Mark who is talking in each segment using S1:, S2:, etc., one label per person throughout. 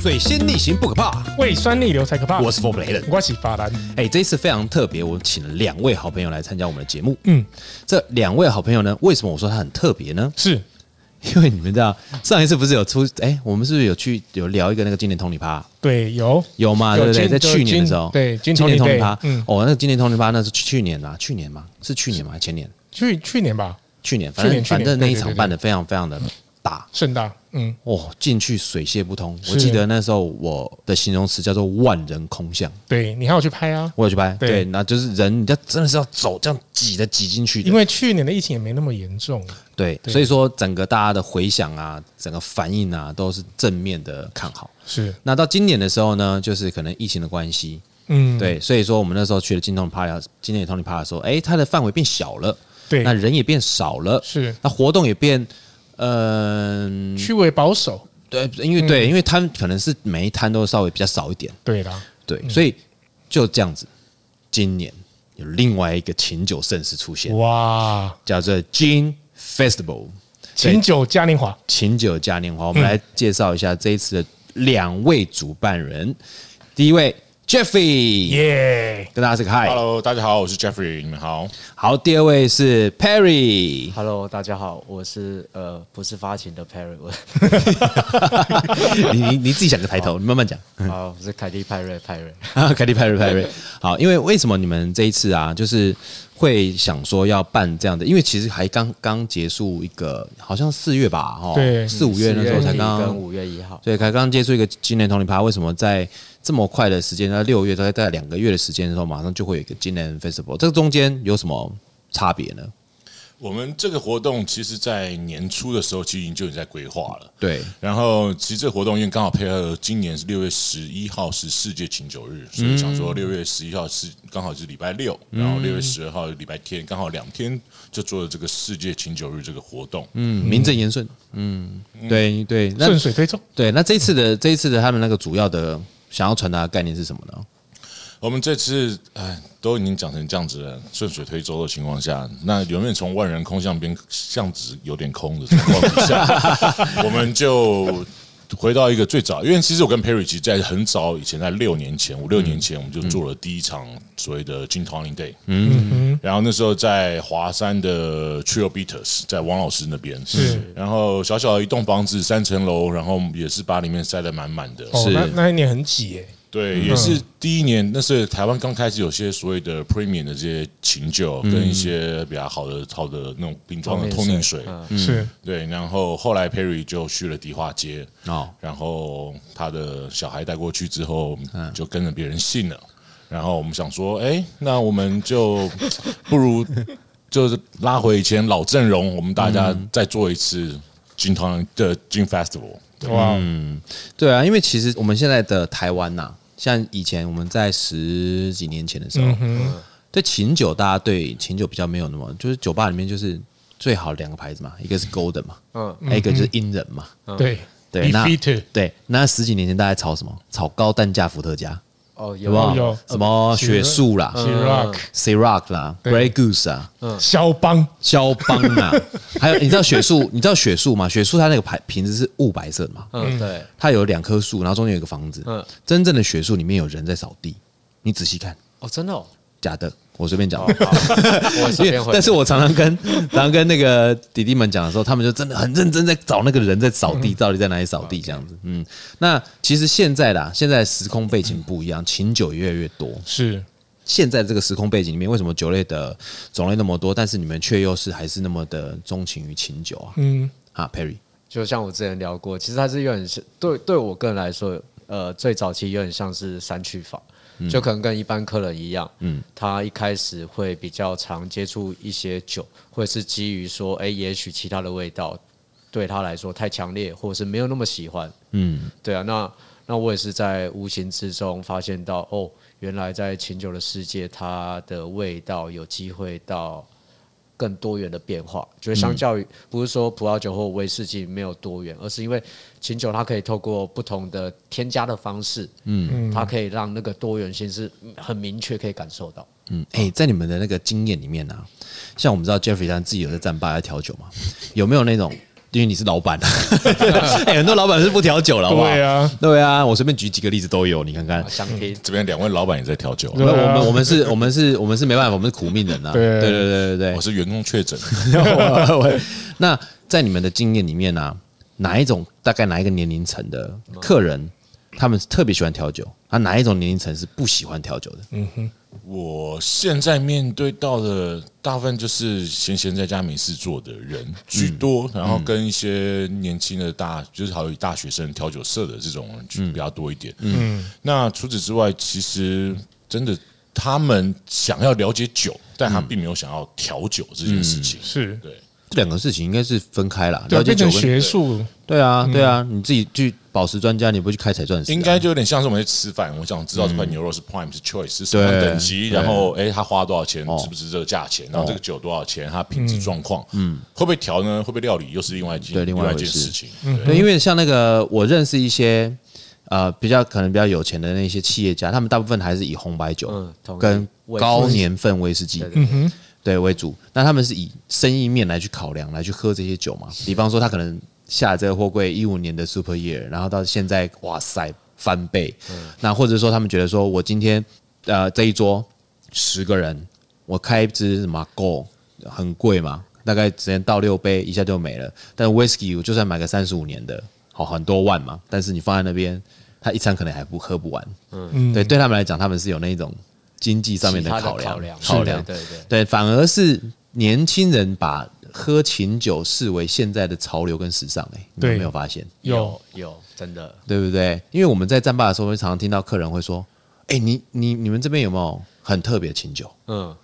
S1: 水星逆行不可怕，
S2: 胃酸逆流才可怕。
S1: 我是 For Play
S2: 我是法兰，
S1: 哎、这一次非常特别，我请了两位好朋友来参加我们的节目。
S2: 嗯，
S1: 这两位好朋友呢，为什么我说他很特别呢？
S2: 是
S1: 因为你们知道，上一次不是有出，哎、我们是不是有去有聊一个那个今年同理趴？
S2: 对有
S1: 有嘛？
S2: 有
S1: 对不对？
S2: 今
S1: 在去年的时
S2: 有
S1: 候，
S2: 今对今
S1: 今年
S2: 同
S1: 同
S2: 理
S1: 理趴
S2: day，，嗯
S1: 哦，那个今年同理趴那是去年啊，去年吗？是去年吗？还是前年？
S2: 去去年吧，
S1: 去年，
S2: 去
S1: 反正
S2: 年去年
S1: 反正那一
S2: 对对
S1: 场
S2: 对
S1: 办的非常非常的大。
S2: 盛大，嗯，
S1: 哦，进去水泄不通。我
S2: 是
S1: 记得那时候我的形容词叫做“万人空巷
S2: 对你还有去拍啊”，？
S1: 我有去拍，
S2: 对
S1: 对，那就是人，你要真的是要走这样挤的挤进去的
S2: 因，为去年的疫情也没那么严重，
S1: 对，
S2: 对
S1: 所以说整个大家的回响啊，整个反应啊，都是正面的看好。
S2: 是
S1: 那到今年的时候呢，就是可能疫情的关系，
S2: 嗯
S1: 对，所以说我们那时候去了金通 party，今年也 Tony party 说，哎，它的范围变小了，
S2: 对
S1: 那人也变少了，
S2: 是
S1: 那活动也变，嗯、
S2: 趋为保守，
S1: 对，因为
S2: 嗯
S1: 对，因为摊可能是每一摊都稍微比较少一点，
S2: 对啦，
S1: 对，所以就这样子，今年有另外一个琴酒盛世出现，
S2: 哇，
S1: 叫做 Gin Festival。
S2: 琴酒嘉年华，
S1: 琴酒嘉年华，我们来介绍一下这一次的两位主办人。第一位 Jeffrey，、
S2: 耶，
S1: 跟大家 say 个 hi。
S3: Hello，大家好，我是 Jeffrey，你们好。
S1: 好，第二位是 Perry。
S4: Hello，大家好，我是呃不是发情的 Perry，我
S1: 你你你自己想个抬头，你慢慢讲。
S4: 啊我是凯蒂派瑞派瑞，
S1: 啊，凯蒂 Perry Perry。好，因为为什么你们这一次啊，就是会想说要办这样的？因为其实还刚刚结束一个，好像四月吧，哦，
S2: 对
S1: 四五月那时候才
S4: 4月底
S1: 刚
S4: 跟五月一号，
S1: 对，才刚接触一个今年同理趴，为什么在这么快的时间，在六月大概在两个月的时间的时候，马上就会有一个今年 festival？这个中间有什么差别呢？
S3: 我们这个活动其实，在年初的时候，其实已经就已经在规划了。
S1: 对，
S3: 然后，其实这个活动因为刚好配合今年是六月十一号是世界琴酒日，所以想说六月十一号是刚好是礼拜六，然后六月十二号是礼拜天，刚好两天就做了这个世界琴酒日这个活动。
S1: 嗯，名正言顺，嗯，对对，那
S2: 顺水推舟，
S1: 对，那这一次的这一次的他们那个主要的想要传达的概念是什么呢？
S3: 我们这次哎都已经讲成这样子了，顺水推舟的情况下，那有没有从万人空巷边巷子有点空的情况底 下，我们就回到一个最早，因为其实我跟 Perry 其实在很早以前，在六年前五六年前，我们就做了第一场所谓的 Gin Tonic Day，嗯，然后那时候在华山的 Trio Beaters，在王老师那边
S2: 是
S3: 然后小小的一栋房子三层楼，然后也是把里面塞得满满的，
S2: 哦
S1: 是，
S2: 那那一年很挤耶，
S3: 对，也是第一年，那是台湾刚开始有些所谓的 premium 的这些琴酒，跟一些比较好的、好的那种瓶装的通
S4: 通
S3: 灵
S4: 灵
S3: 水
S4: 水。
S1: 嗯
S2: 是
S3: 对，然后后来 Perry 就去了迪化街，
S1: 哦，
S3: 然后他的小孩带过去之后，就跟着别人信了。然后我们想说，哎，那我们就不如 就是拉回以前老阵容，我们大家再做一次金团的金 festival。
S1: 嗯
S2: 哇，
S1: 对啊，因为其实我们现在的台湾呐、像以前我们在十几年前的
S2: 嗯
S1: 时候，对琴酒大家对琴酒比较没有那么，就是酒吧里面就是最好两个牌子嘛，一个是 Golden 嘛，
S4: 嗯
S1: 还有一个就是英人嘛，
S2: 对
S1: 对，那
S2: Defeated
S1: 对那十几年前大家炒什么？炒高单价伏特加，
S4: 哦
S1: 有
S4: 有
S1: 没
S2: 哦有
S1: 有？什么雪树啦、
S2: 是 Rock
S1: c i r a c 啦、
S2: 嗯
S1: Grey
S2: 对
S1: Goose 啊、
S2: 肖邦，
S1: 肖邦啊，还有你知道雪树？你知道雪树吗？雪树它那个牌瓶子是雾白色的嘛？
S4: 嗯对
S1: 它有两棵树，然后中间有一个房子。
S4: 嗯
S1: 真正的学术里面有人在扫地，你仔细看，
S4: 哦真的哦，
S1: 假的，我随便讲。
S4: 我
S1: 因
S4: 随
S1: 为
S4: 便回，
S1: 但是我常常跟常常跟那个弟弟们讲的时候，他们就真的很认真在找那个人在扫
S4: 嗯
S1: 地，到底在哪里扫地这样子。嗯，那其实现在啦，现在时空背景不一样，琴酒也越来越多。
S2: 是
S1: 现在这个时空背景里面，为什么酒类的种类那么多，但是你们却又是还是那么的钟情于琴酒啊？
S2: 嗯
S1: 啊，Perry，
S4: 就像我之前聊过，其实它是有点是对对我个人来说，呃，最早期有点像是三区法，
S1: 嗯
S4: 就可能跟一般客人一样，嗯，他一开始会比较常接触一些酒，或者是基于说，哎、也许其他的味道对他来说太强烈，或者是没有那么喜欢，
S1: 嗯，
S4: 对啊，那那我也是在无形之中发现到，哦，原来在琴酒的世界，它的味道有机会到更多元的变化。觉得相较于、不是说葡萄酒或威士忌没有多元，而是因为琴酒它可以透过不同的添加的方式，嗯，它可以让那个多元性是很明确可以感受到。
S1: 嗯，哎、在你们的那个经验里面呢、啊，像我们知道 Jeffrey 他自己有在战吧在调酒嘛，有没有那种因为你是老板，哎，很多老板是不调酒了，好不好？
S2: 对啊，
S1: 对啊，我随便举几个例子都有，你看看。
S4: 想听
S3: 这边两位老板也在调酒，
S1: 我
S2: 对啊
S1: 们我们是我们是我们是没办法，我们是苦命人啊！
S2: 对
S1: 对对对对
S3: 我
S1: 对
S3: 是员工确诊，
S1: 我 我。那在你们的经验里面啊，哪一种大概哪一个年龄层的客人，他们特别喜欢调酒？啊，哪一种年龄层是不喜欢调酒的？
S3: 我现在面对到的大部分就是闲闲在家没事做的人居多，然后跟一些年轻的大，就是好有大学生调酒社的这种人就比较多一点。嗯，那除此之外，其实真的他们想要了解酒，但他并没有想要调酒这件事情。
S2: 是，
S3: 对，
S1: 这两个事情应该是分开啦，
S2: 对
S1: 了
S2: 啊，
S1: 解
S2: 变
S1: 酒跟
S2: 成学术，
S1: 对啊对啊，你自己去宝石专家，你不去开采钻石啊，嗯
S3: 嗯应该就有点像是我们在吃饭，我想知道这块牛肉是 prime 是 choice 是什么
S1: 对
S3: 等级，
S1: 对哦
S3: 然后哎，它花多少钱，值不值这个价钱，然后这个酒多少钱，它品质状况，嗯，会不会调呢？会不会料理又是另外一件
S1: 对另外一
S3: 一件
S1: 回事嗯
S3: 事情。
S1: 对，因为像那个我认识一些呃比较可能比较有钱的那些企业家，他们大部分还是以红白酒
S4: 嗯同意
S1: 跟
S4: 威士忌
S1: 高年份威士忌
S4: 对对
S3: 嗯
S1: 对为主，那他们是以生意面来去考量，来去喝这些酒嘛。比方说，他可能下这个货柜一五年的 Super Year，然后到现在哇塞翻倍，
S4: 嗯
S1: 那或者说他们觉得说我今天呃这一桌十个人，我开一支什么 Go 很贵嘛，大概只能倒六杯一下就没了。但 Whisky 我就算买个三十五年的，好很多万嘛，但是你放在那边，他一餐可能还不喝不完。嗯，对，对他们来讲，他们是有那种经济上面的
S4: 其他
S1: 考量，
S4: 考量，
S1: 考量
S4: 对对对，
S1: 对，反而是年轻人把喝琴酒视为现在的潮流跟时尚、欸，你有
S2: 对
S1: 没有发现？
S2: 有
S4: 有真的
S1: 对不对？因为我们在战霸的时候，会常常听到客人会说：“哎、你你你们这边有没有很特别的琴酒
S4: 嗯？”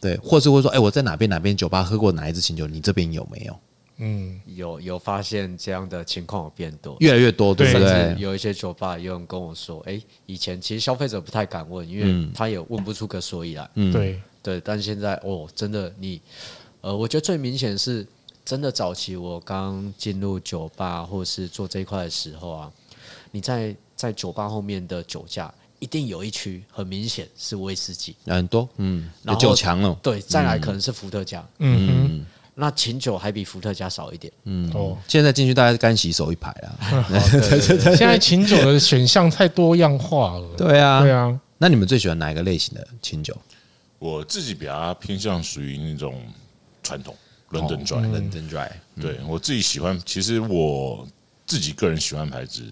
S1: 对，或是会说：“哎、我在哪边哪边酒吧喝过哪一支琴酒？你这边有没有
S2: 嗯，
S4: 有有发现这样的情况有变多？”。
S1: 越来越多，对
S2: 对
S1: 不
S4: 甚
S1: 对
S4: 至？有一些酒吧也有人跟我说，哎、以前其实消费者不太敢问，因为他也问不出个所以来。
S1: 嗯
S2: 对，
S4: 对，但现在哦，真的你，呃，我觉得最明显是真的早期我刚进入酒吧或是做这一块的时候啊，你在在酒吧后面的酒架一定有一区很明显是威士忌，
S1: 很多，嗯，有
S4: 然后
S1: 酒强了，
S4: 对，再来可能是伏特加，
S2: 嗯
S4: 那琴酒还比伏特加少一点，嗯，
S2: 哼， 哦，
S1: 现在进去大概是干洗手一排啊。
S4: 对对对
S2: 现在琴酒的选项太多样化了，
S1: 对啊，
S2: 对。啊，
S1: 那你们最喜欢哪一个类型的琴酒？
S3: 我自己比较偏向属于那种传统
S1: 哦
S3: 伦敦 dry，
S1: London Dry，
S3: 对我自己喜欢，其实我自己个人喜欢牌子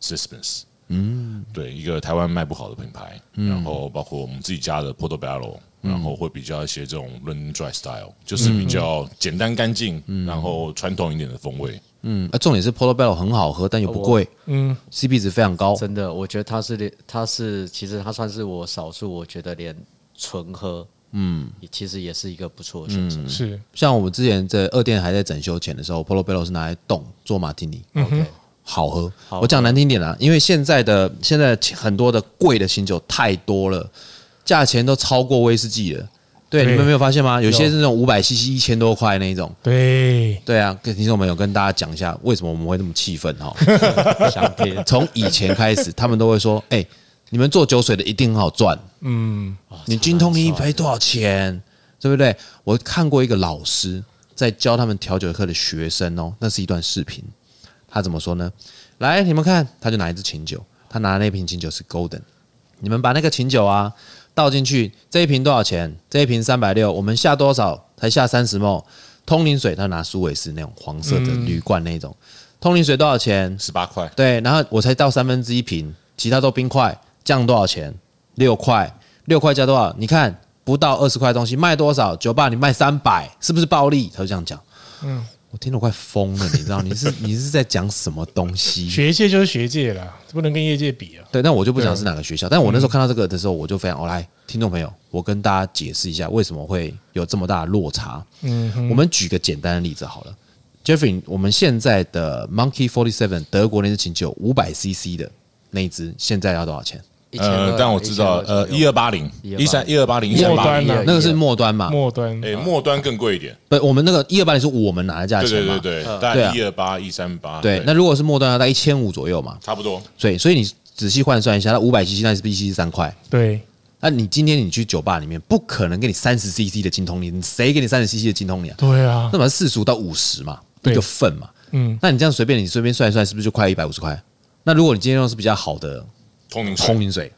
S3: Sixpence，嗯，对，一个台湾卖不好的品牌，然后包括我们自己家的 Porto Bello，然后会比较一些这种 London Dry Style，就是比较简单干净，然后传统一点的风味。
S1: 嗯，啊，重点是 Polo Bello 很好喝，但又不贵，嗯，CP 值非常
S3: 哦
S1: 高，
S4: 真的，我觉得它是连它是其实它算是我少数，我觉得连纯喝，嗯，其实也是一个不错的
S3: 嗯
S4: 选择。
S2: 是，
S1: 像我们之前在二店还在整修前的时候，Polo Bello 是拿来冻做马提尼，
S4: OK，
S1: 好喝。
S4: 好喝
S1: 我讲难听点啦、因为现在的现在很多的贵的清酒太多了，价钱都超过威士忌了。对，
S2: 对
S1: 你们没有发现吗？有些是那种五百 CC 一千多块那一种。
S2: 对，
S1: 对啊，跟听众朋友跟大家讲一下，为什么我们会那么气愤哈？
S4: 想听
S1: 从以前开始，他们都会说：“哎、你们做酒水的一定很好赚，哦
S2: 嗯，
S1: 你精通一杯多少钱？对不对？”我看过一个老师在教他们调酒课的学生哦，那是一段视频。他怎么说呢？来，你们看，他就拿一支琴酒，他拿的那瓶琴酒是 Golden，你们把那个琴酒啊倒进去，这一瓶多少钱？这一瓶三百六，我们下多少？才下三十梦。通灵水，他拿苏维士那种黄色的铝罐那种，通灵水多少钱？
S3: 十八块，
S1: 对，然后我才到三分之一瓶，其他都冰块，酱多少钱？六块，六块加多少？你看不到二十块的东西卖多少？酒吧你卖三百，是不是暴利？他就这样讲，嗯，我听得我快疯了，你知道你是你是在讲什么东西？
S2: 学界就是学界啦，不能跟业界比啊，
S1: 对，但我就不讲是哪个学校，但我那时候看到这个的时候，我就非常，我、哦来听众朋友，我跟大家解释一下为什么会有这么大的落差。
S2: 嗯哼，
S1: 我们举个简单的例子好了，Jeffrey，我们现在的 Monkey Forty Seven 德国那支琴酒五百 CC 的那一支，现在要多少钱？
S4: 一千
S3: 呃，
S4: 二
S3: 但我知道，呃，一二八零、一三、一二八零、一三
S2: 末
S3: 八
S2: 端
S3: 零，
S2: 呢，
S1: 那个是末端嘛？
S2: 末端，
S3: 哎，末端更贵一点，
S1: 不，我们那个一二八零是我们拿的价
S3: 对
S1: 钱
S3: 对
S1: 嘛？
S3: 对对，
S4: 嗯
S3: 大
S1: 对
S3: 概
S1: 啊
S3: 一二八、一三八，
S1: 对那如果是末端，要大概一千五左右嘛。
S3: 差不多。
S1: 所以，所以你仔细换算一下，那五百 CC 那是 BC 三块。
S2: 对，
S1: 那你今天你去酒吧里面，不可能给你三十 CC 的精通力，谁给你三十 CC 的精通力啊？
S2: 对啊，
S1: 那么四十五到五十嘛，
S2: 对
S1: 一个份嘛。
S2: 嗯，
S1: 那你这样随便你随便算一算，是不是就快一百五十块？那如果你今天用的是比较好的
S3: 通灵水
S1: 通灵水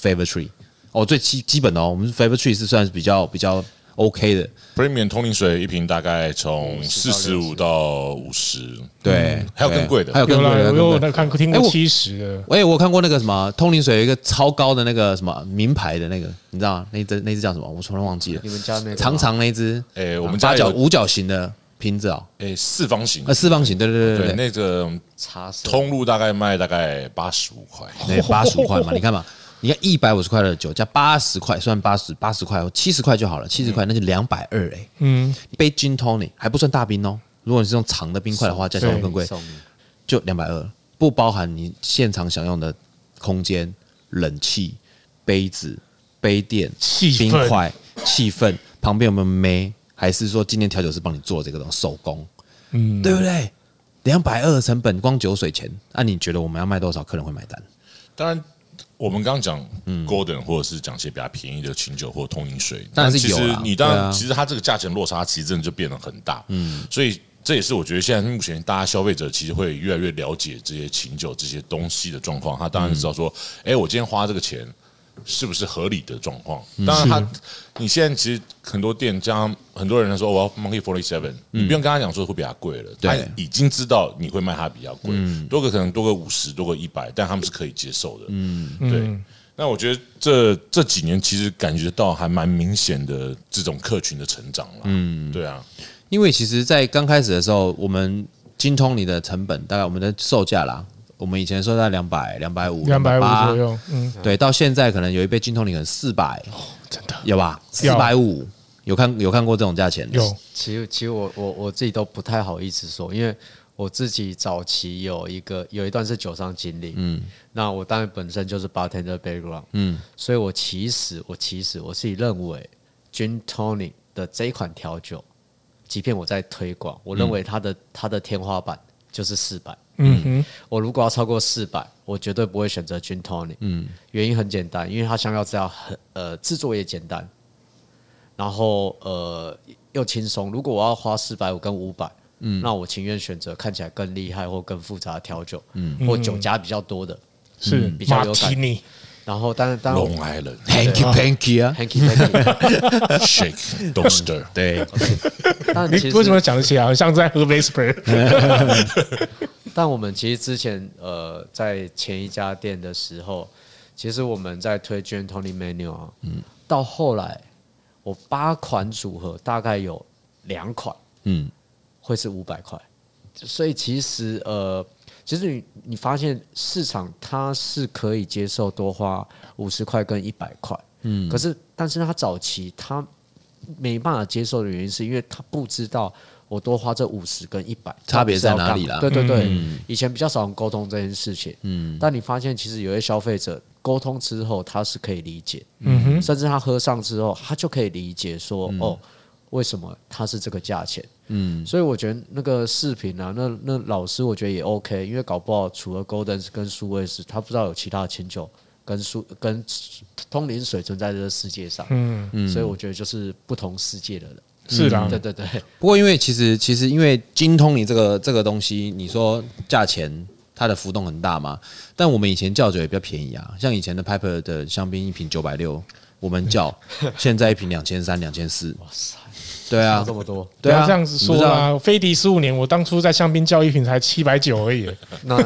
S1: Favor Tree，哦，最基基本的哦，我们 Favor Tree 是算是比较比较 OK 的，
S3: Premium 通灵水一瓶大概从四十五到五十，嗯
S1: 对，
S3: 还有更
S1: 对
S3: 贵的
S1: 还有更
S2: 有
S1: 贵
S2: 啦，
S1: 的。还有
S2: 我
S1: 更
S2: 有
S1: 贵的
S2: 那看过听
S1: 哎
S2: 过
S1: 我
S2: 七十的，
S1: 喂，我有看过那个什么通灵水有一个超高的那个什么名牌的那个，你知道吗？那一只那一只叫什么？我突然忘记了
S4: 你。们家那个吗
S1: 长长那一只，嗯
S3: 哎我们家
S1: 八角
S3: 有
S1: 五角形的瓶子哦，
S3: 哎，四方形
S1: 呃，，四方形，对对对
S3: 对，
S1: 对对，
S3: 那个
S4: 茶色
S3: 通路大概卖大概八十五块，
S1: 那哎八十块嘛，你看嘛，你看一百五十块的酒加八十块，算八十八十块，七十块就好了，七十
S3: 嗯
S1: 块那就两百二哎，
S2: 嗯，
S1: 一杯金 tonic 还不算大冰哦，如果你是用长的冰块的话，价钱会更贵，
S4: 送你
S1: 就两百二，不包含你现场享用的空间、冷气、杯子、杯垫、
S2: 气氛
S1: 冰块、气氛，旁边有没有妹？还是说今天调酒师帮你做这个东西手工，嗯，对不对？两百二成本光酒水钱，那、你觉得我们要卖多少客人会买单？
S3: 当然。我们刚刚讲 Golden 或者是讲一些比较便宜的清酒或通灵水，
S1: 嗯当然是
S3: 但其
S1: 有
S3: 实
S1: 啦
S3: 你当
S1: 对
S3: 然
S1: 啊
S3: 其实它这个价钱落差其实真的就变得很大，嗯，所以这也是我觉得现在目前大家消费者其实会越来越了解这些清酒这些东西的状况，他当然知道说，哎，我今天花这个钱是不是合理的状况？当然他你现在其实很多店家很多人都说哦我要 Monkey Forty Seven，你不用跟他讲说会比他贵了，他
S1: 对
S3: 已经知道你会卖他比较贵，多个可能多个五十，多个一百，但他们是可以接受的，嗯，对。那我觉得这这几年其实感觉到还蛮明显的这种客群的成长了，嗯，对啊，
S1: 因为其实，在刚开始的时候，我们精通你的成本，大概我们的售价啦，我们以前售价两百、两百五、
S2: 两百五
S1: 280
S2: 左，右，嗯，
S1: 对，到现在可能有一杯精通你可能四百，
S2: 真的
S1: 有吧？四
S2: 有
S1: 百五，有看有看过这种价钱的？
S2: 有，
S4: 其实，其实我我我自己都不太好意思说，因为我自己早期有一个有一段是酒商经历，嗯，那我当然本身就是 bartender background，嗯，所以我其实我其实我自己认为 gin tonic 的这一款调酒，即便我在推广，我认为它的、它的天花板就是四百，
S2: 嗯哼，
S4: 我如果要超过四百，我绝对不会选择 gin tonic。嗯，原因很简单，因为它香料资料很呃制作也简单，然后呃又轻松。如果我要花四百五跟五百，嗯，那我情愿选择看起来更厉害或更复杂的调酒，嗯，或酒加比较多的。
S2: 是
S4: 比较
S2: 马
S4: 有感
S2: 提尼，
S4: 然后当然当然我
S3: 龙来了
S1: Hanky Panky 啊，
S4: ，Hanky Panky，
S3: ，Shake Don't Stir，
S1: 对，
S4: 但
S2: 你
S4: 其实
S2: 为什么讲这些啊？好像在喝 Vesper，
S4: 但我们其实之前呃，在前一家店的时候，其实我们在推 Gin Tony Menu 啊，嗯，到后来我八款组合大概有两款
S1: 嗯，
S4: 会是五百块，所以其实呃，其实你你发现市场它是可以接受多花五十块跟一百块，嗯，可是但是它早期它没办法接受的原因是因为他不知道我多花这五十跟一百
S1: 差别在哪里啦嗯
S4: 对对对，以前比较少人沟通这件事情，嗯，但你发现其实有些消费者沟通之后他是可以理解，
S2: 嗯哼，
S4: 甚至他喝上之后他就可以理解说、
S1: 嗯
S4: 哦，为什么它是这个价钱。嗯，所以我觉得那个视频啊，那那老师我觉得也 OK，因为搞不好除了 Golden 跟苏威士，他不知道有其他的清酒跟苏跟通灵水存在这个世界上。
S2: 嗯，
S4: 所以我觉得就是不同世界的人。嗯
S2: 是啦，
S4: 对对对，
S1: 不过因为其实其实因为精通你这个这个东西，你说价钱它的浮动很大嘛，但我们以前叫酒也比较便宜啊，像以前的 Piper 的香槟一瓶九百六，我们叫现在一瓶两千三、两千四，
S4: 哇塞，
S1: 对
S4: 差
S1: 啊
S4: 这，么多，
S1: 对
S2: 不
S1: 啊，
S2: 要这样子说
S1: 你不知道，
S2: 啦。飞迪十五年，我当初在香槟教育品才七百九而已，
S4: 那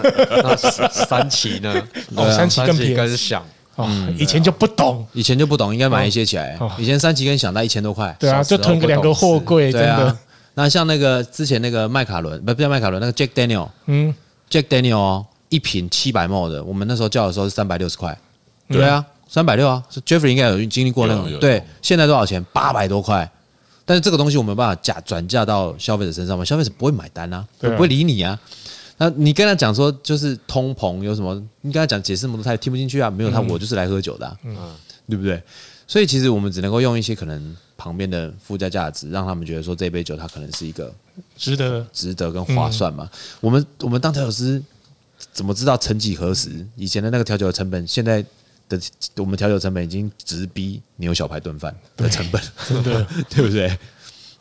S4: 那 三旗呢？
S2: 哦三旗更
S4: 旗
S2: 便宜
S4: 更响，
S2: 哦，以前就不懂，
S1: 以前就不懂，应该买一些起来
S2: 哦。
S1: 以前三七根想到一千多块，
S2: 对啊，
S4: 小时
S2: 就
S4: 候
S2: 囤个两个货柜，真
S1: 对
S2: 的
S1: 啊，。那像那个之前那个麦卡伦，不不叫麦卡伦，那个 Jack Daniel，Jack
S2: 嗯，
S1: Daniel 哦，一瓶七百 ml 的，我们那时候叫的时候是三百六十块，对啊，三百六啊是，Jeffrey 应该有经历过那
S3: 有有有
S1: 种，对，现在多少钱？八百多块。但是这个东西我没有办法假转嫁到消费者身上嘛，消费者不会买单啊，
S2: 对啊
S1: 不会理你啊。那你跟他讲说就是通膨有什么？你跟他讲解释那么多，他也听不进去啊。没有他，我就是来喝酒的、啊，对不对？所以其实我们只能够用一些可能旁边的附加价值，让他们觉得说这杯酒它可能是一个
S2: 值得。
S1: 值得跟划算嘛。我们我们当调酒师怎么知道曾几何时以前的那个调酒的成本，现在的我们调酒成本已经直逼牛小排 炖饭的成本，真的对不对？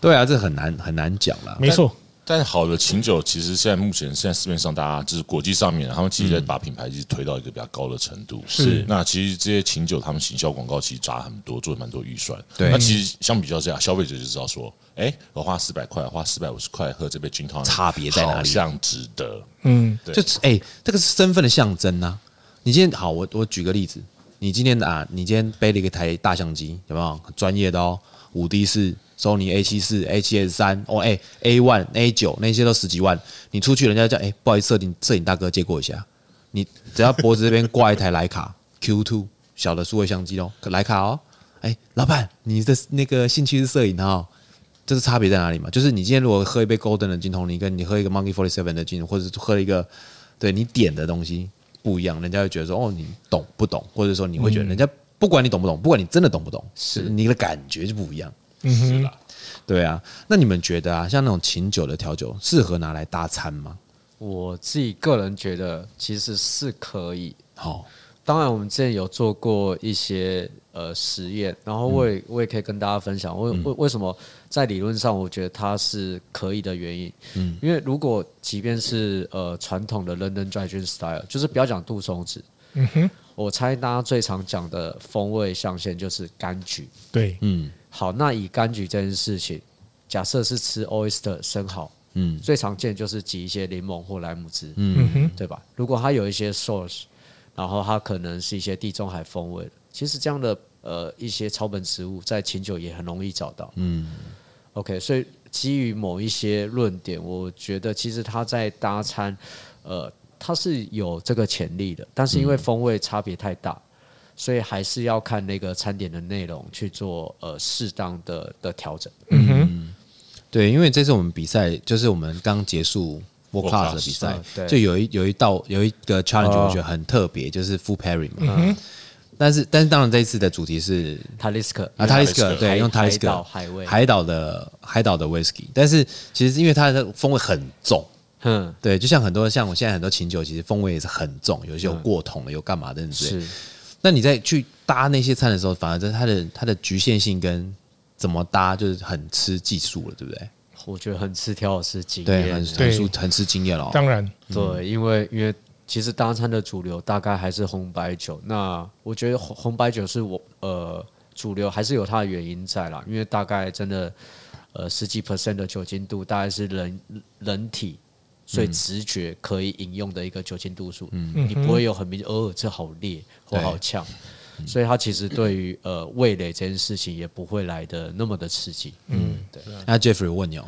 S1: 对啊，这很难很难讲啦。
S2: 没错，
S3: 但好的琴酒，其实现在目前现在市面上，大家就是国际上面，他们其实在把品牌其实推到一个比较高的程度。
S2: 是
S3: 那其实这些琴酒，他们行销广告其实砸很多，做蛮多预算。
S1: 对
S3: 那其实相比较之下，消费者就知道说，哎，我花四百块，花四百五十块喝这杯 gin tonic，
S1: 差别在哪里
S3: 好像值得。
S2: 嗯，
S3: 对
S1: 就是哎、这个是身份的象征呐、你今天好，我我举个例子，你今天啊，你今天背了一个台大相机，有没有？很专业的哦，五 D 四、索尼 A 七四、A 七 S 三，哦哎、A one、A 九那些都十几万，你出去人家叫哎、不好意思，摄影摄影大哥借过一下，你只要脖子这边挂一台徕卡 Q two 小的数位相机哦，徕卡哦，哎、老板，你的那个兴趣是摄影哦。这是差别在哪里嘛？就是你今天如果喝一杯 Golden 的金桶，你跟你喝一个 Monkey Forty Seven 的金，或者是喝一个对你点的东西不一样，人家会觉得说哦，你懂不懂？或者说你会觉得
S3: 嗯
S1: 人家不管你懂不懂，不管你真的懂不懂，是你的感觉就不一样。
S3: 是啦，
S1: 对啊，那你们觉得啊，像那种琴酒的调酒适合拿来搭餐吗？
S4: 我自己个人觉得其实是可以。
S1: 好、
S4: 当然，我们之前有做过一些呃实验，然后
S2: 嗯
S4: 我也、我也可以跟大家分享，为为为什么在理论上我觉得它是可以的原因。嗯，因为如果即便是呃传统的 London Dry Gin Style，就是不要讲杜松子，
S2: 嗯哼，
S4: 我猜大家最常讲的风味象限就是柑橘。
S2: 对，
S1: 嗯
S4: 好，那以柑橘这件事情，假设是吃 oyster 生蚝，
S1: 嗯
S4: 最常见就是挤一些柠檬或莱姆汁，
S2: 嗯哼，
S4: 对吧？如果它有一些 source，然后它可能是一些地中海风味的，其实这样的呃一些草本植物在琴酒也很容易找到。
S1: 嗯
S4: OK，所以基于某一些论点，我觉得其实它在搭餐，呃，它是有这个潜力的，但是因为风味差别太大，所以还是要看那个餐点的内容去做呃适当的的调整。
S2: 嗯哼，
S1: 对，因为这次我们比赛就是我们刚结束 World
S3: World
S1: Class
S3: Class，
S1: 的比赛
S4: 嗯，对
S1: 就有一有一道有一个 challenge
S4: 哦
S1: 我觉得很特别，就是 Full Pairing 嘛。但是但是当然这一次的主题是
S4: Talisker
S1: 啊 t a l i s k
S3: 海
S1: 对，用 t a
S4: 海
S1: l i s k
S4: 岛海味
S1: 海岛的海岛的 whisky，但是其实因为它的风味很重，
S4: 嗯，
S1: 对，就像很多像我现在很多琴酒，其实风味也是很重，有些有过桶的，有干嘛的之类的。
S4: 嗯是
S1: 那你在去搭那些餐的时候，反而在它的它的局限性跟怎么搭，就是很吃技术了，对不对？
S4: 我觉得很吃调是经
S1: 对，
S4: 验
S1: 很，
S2: 对
S1: 很出很吃经验了。哦
S2: 当然，
S4: 对，因为因为其实搭餐的主流大概还是红白酒。那我觉得红红白酒是我呃主流还是有它的原因在啦，因为大概真的呃十几 percent 的酒精度大概是人人体。最直觉可以饮用的一个酒精度数，你不会有很明哦，这好烈或
S1: 对
S4: 好呛，所以它其实对于呃味蕾这件事情也不会来的那么的刺激。嗯，对。
S1: 那 Jeffrey 我问你哦，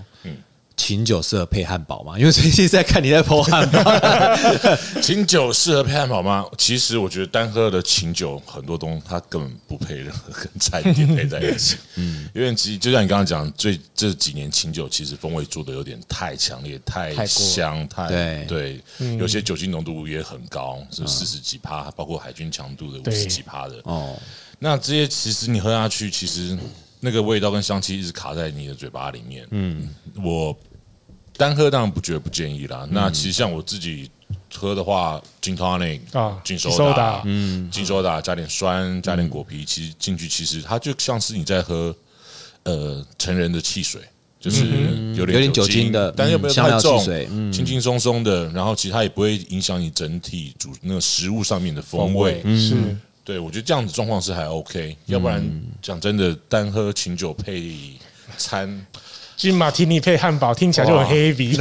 S1: 琴酒适合配汉堡吗？因为最近在看你在剖汉 堡，
S3: 琴酒适合配汉堡吗？其实我觉得单喝的琴酒很多东西它根本不配任何跟餐点配在一起。嗯，因为其实就像你刚刚讲，最这几年琴酒其实风味做的有点太强烈、
S4: 太
S3: 太
S4: 过
S3: 香、太
S1: 对
S3: 对，有些酒精浓度也很高，是四十几趴，包括海军强度的五
S2: 对
S3: 十几趴的。
S1: 哦，
S3: 那这些其实你喝下去，其实那个味道跟香气一直卡在你的嘴巴里面。嗯，我单喝当然不觉得不建议啦。那其实像我自己喝的话，金 tonic
S2: 啊
S3: 金
S2: 金
S3: 苏
S2: soda
S3: 打，嗯，金苏打加点酸，加点果皮，其实进去其实它就像是你在喝呃成人的汽水。就是有
S1: 有
S3: 点
S1: 点酒精的
S3: 但又
S1: 嗯
S3: 没有
S1: 香
S3: 太
S1: 料汽
S3: 重
S1: 水，嗯
S3: 轻轻松松的，然后其实它也不会影响你整体煮那个食物上面的风味，
S2: 是
S3: 对，我觉得这样子状况是还 OK，、要不然讲真的，单喝琴酒配餐，
S2: 金马提尼配汉堡听起来就很 heavy，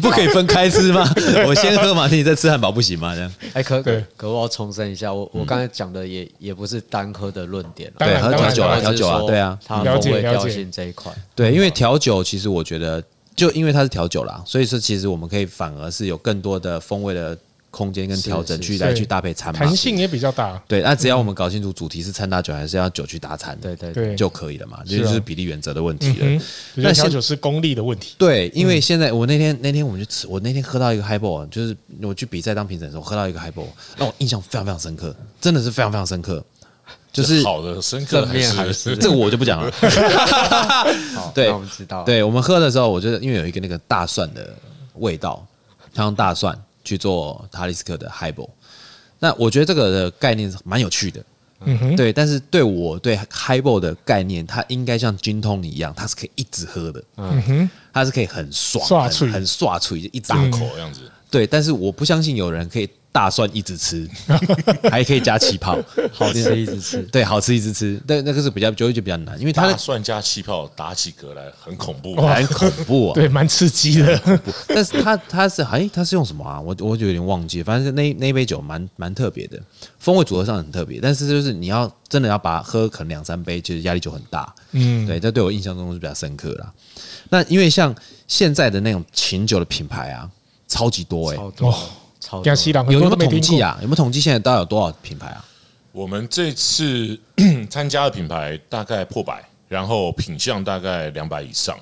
S1: 不可以分开吃吗？
S2: 啊
S1: 我先喝马提尼，再吃汉堡不行吗？这样
S4: 哎，可可
S2: 对
S4: 可，我要重申一下，我我刚才讲的也也不是单喝的论点啊，
S1: 嗯
S2: 当
S1: 对，
S2: 然
S1: 喝
S2: 当
S1: 调
S2: 然
S1: 酒啊，
S2: 当然
S1: 调酒啊，对啊，
S4: 它
S2: 了
S4: 风
S2: 解
S4: 味
S2: 了
S4: 调
S2: 解
S4: 性这一块，
S1: 对，因为调酒其实我觉得，就因为它是调酒啦，所以说其实我们可以反而是有更多的风味的空间跟调整
S4: 是
S1: 去
S4: 是
S1: 来
S2: 对
S1: 去搭配餐嘛。
S2: 弹性也比较大，
S1: 对，那只要我们搞清楚主题是餐搭酒还是要酒去搭餐，
S4: 对对
S2: 对
S1: 就可以了嘛，这
S2: 啊
S1: 就是比例原则的问题了
S2: 嗯。，我觉
S1: 那
S2: 得
S1: 现
S2: 调酒是功力的问题，
S1: 对，因
S4: 嗯
S1: 为现在我那天那天我们就吃，我那天喝到一个 highball，就是我去比赛当评审的时候喝到一个 highball，让我印象非常非常深刻，真的是非常非常深刻，就是
S3: 好的深刻
S4: 正
S3: 还
S4: 面
S3: 是
S4: 还是
S1: 这个我就不讲了。
S4: 好，
S1: 对
S4: 那我们知道，，
S1: 对我们喝的时候，我觉得因为有一个那个大蒜的味道，他用大蒜去做塔利斯克的 highball。那我觉得这个的概念是蛮有趣的，
S2: 嗯哼，
S1: 对，但是对我对 highball 的概念，它应该像精通一样，它是可以一直喝的，
S2: 嗯哼，
S1: 它是可以很爽、
S2: 刷嘴
S1: 很很刷出一大
S3: 大
S1: 口。
S3: 口这样子，
S1: 对，但是我不相信有人可以大蒜一直吃，还可以加气泡，
S4: 好吃一直吃。
S1: 对，好吃一直吃，但那个是比较就就比较难，因为它
S3: 大
S1: 的
S3: 蒜加气泡打起嗝来很恐怖，
S1: 很恐怖啊。
S2: 对，蛮刺激的。
S1: 但是它它是哎，它是用什么啊？我我就有点忘记了，反正那那一杯酒蛮蛮特别的，风味组合上很特别，但是就是你要真的要把它喝可能两三杯，其实压力就很大。
S2: 嗯，
S1: 对，这对我印象中是比较深刻啦。那因为像现在的那种琴酒的品牌啊，超级多哎、
S4: 超多
S2: 哦
S4: 超多
S2: 江西郎很
S1: 有有
S2: 多
S1: 没
S2: 都
S1: 有
S2: 没
S1: 统
S2: 听
S1: 计
S2: 过。
S1: 啊？有没有统计现在大概有多少品牌啊？
S3: 我们这次 参加的品牌大概破百，然后品相大概两百以上。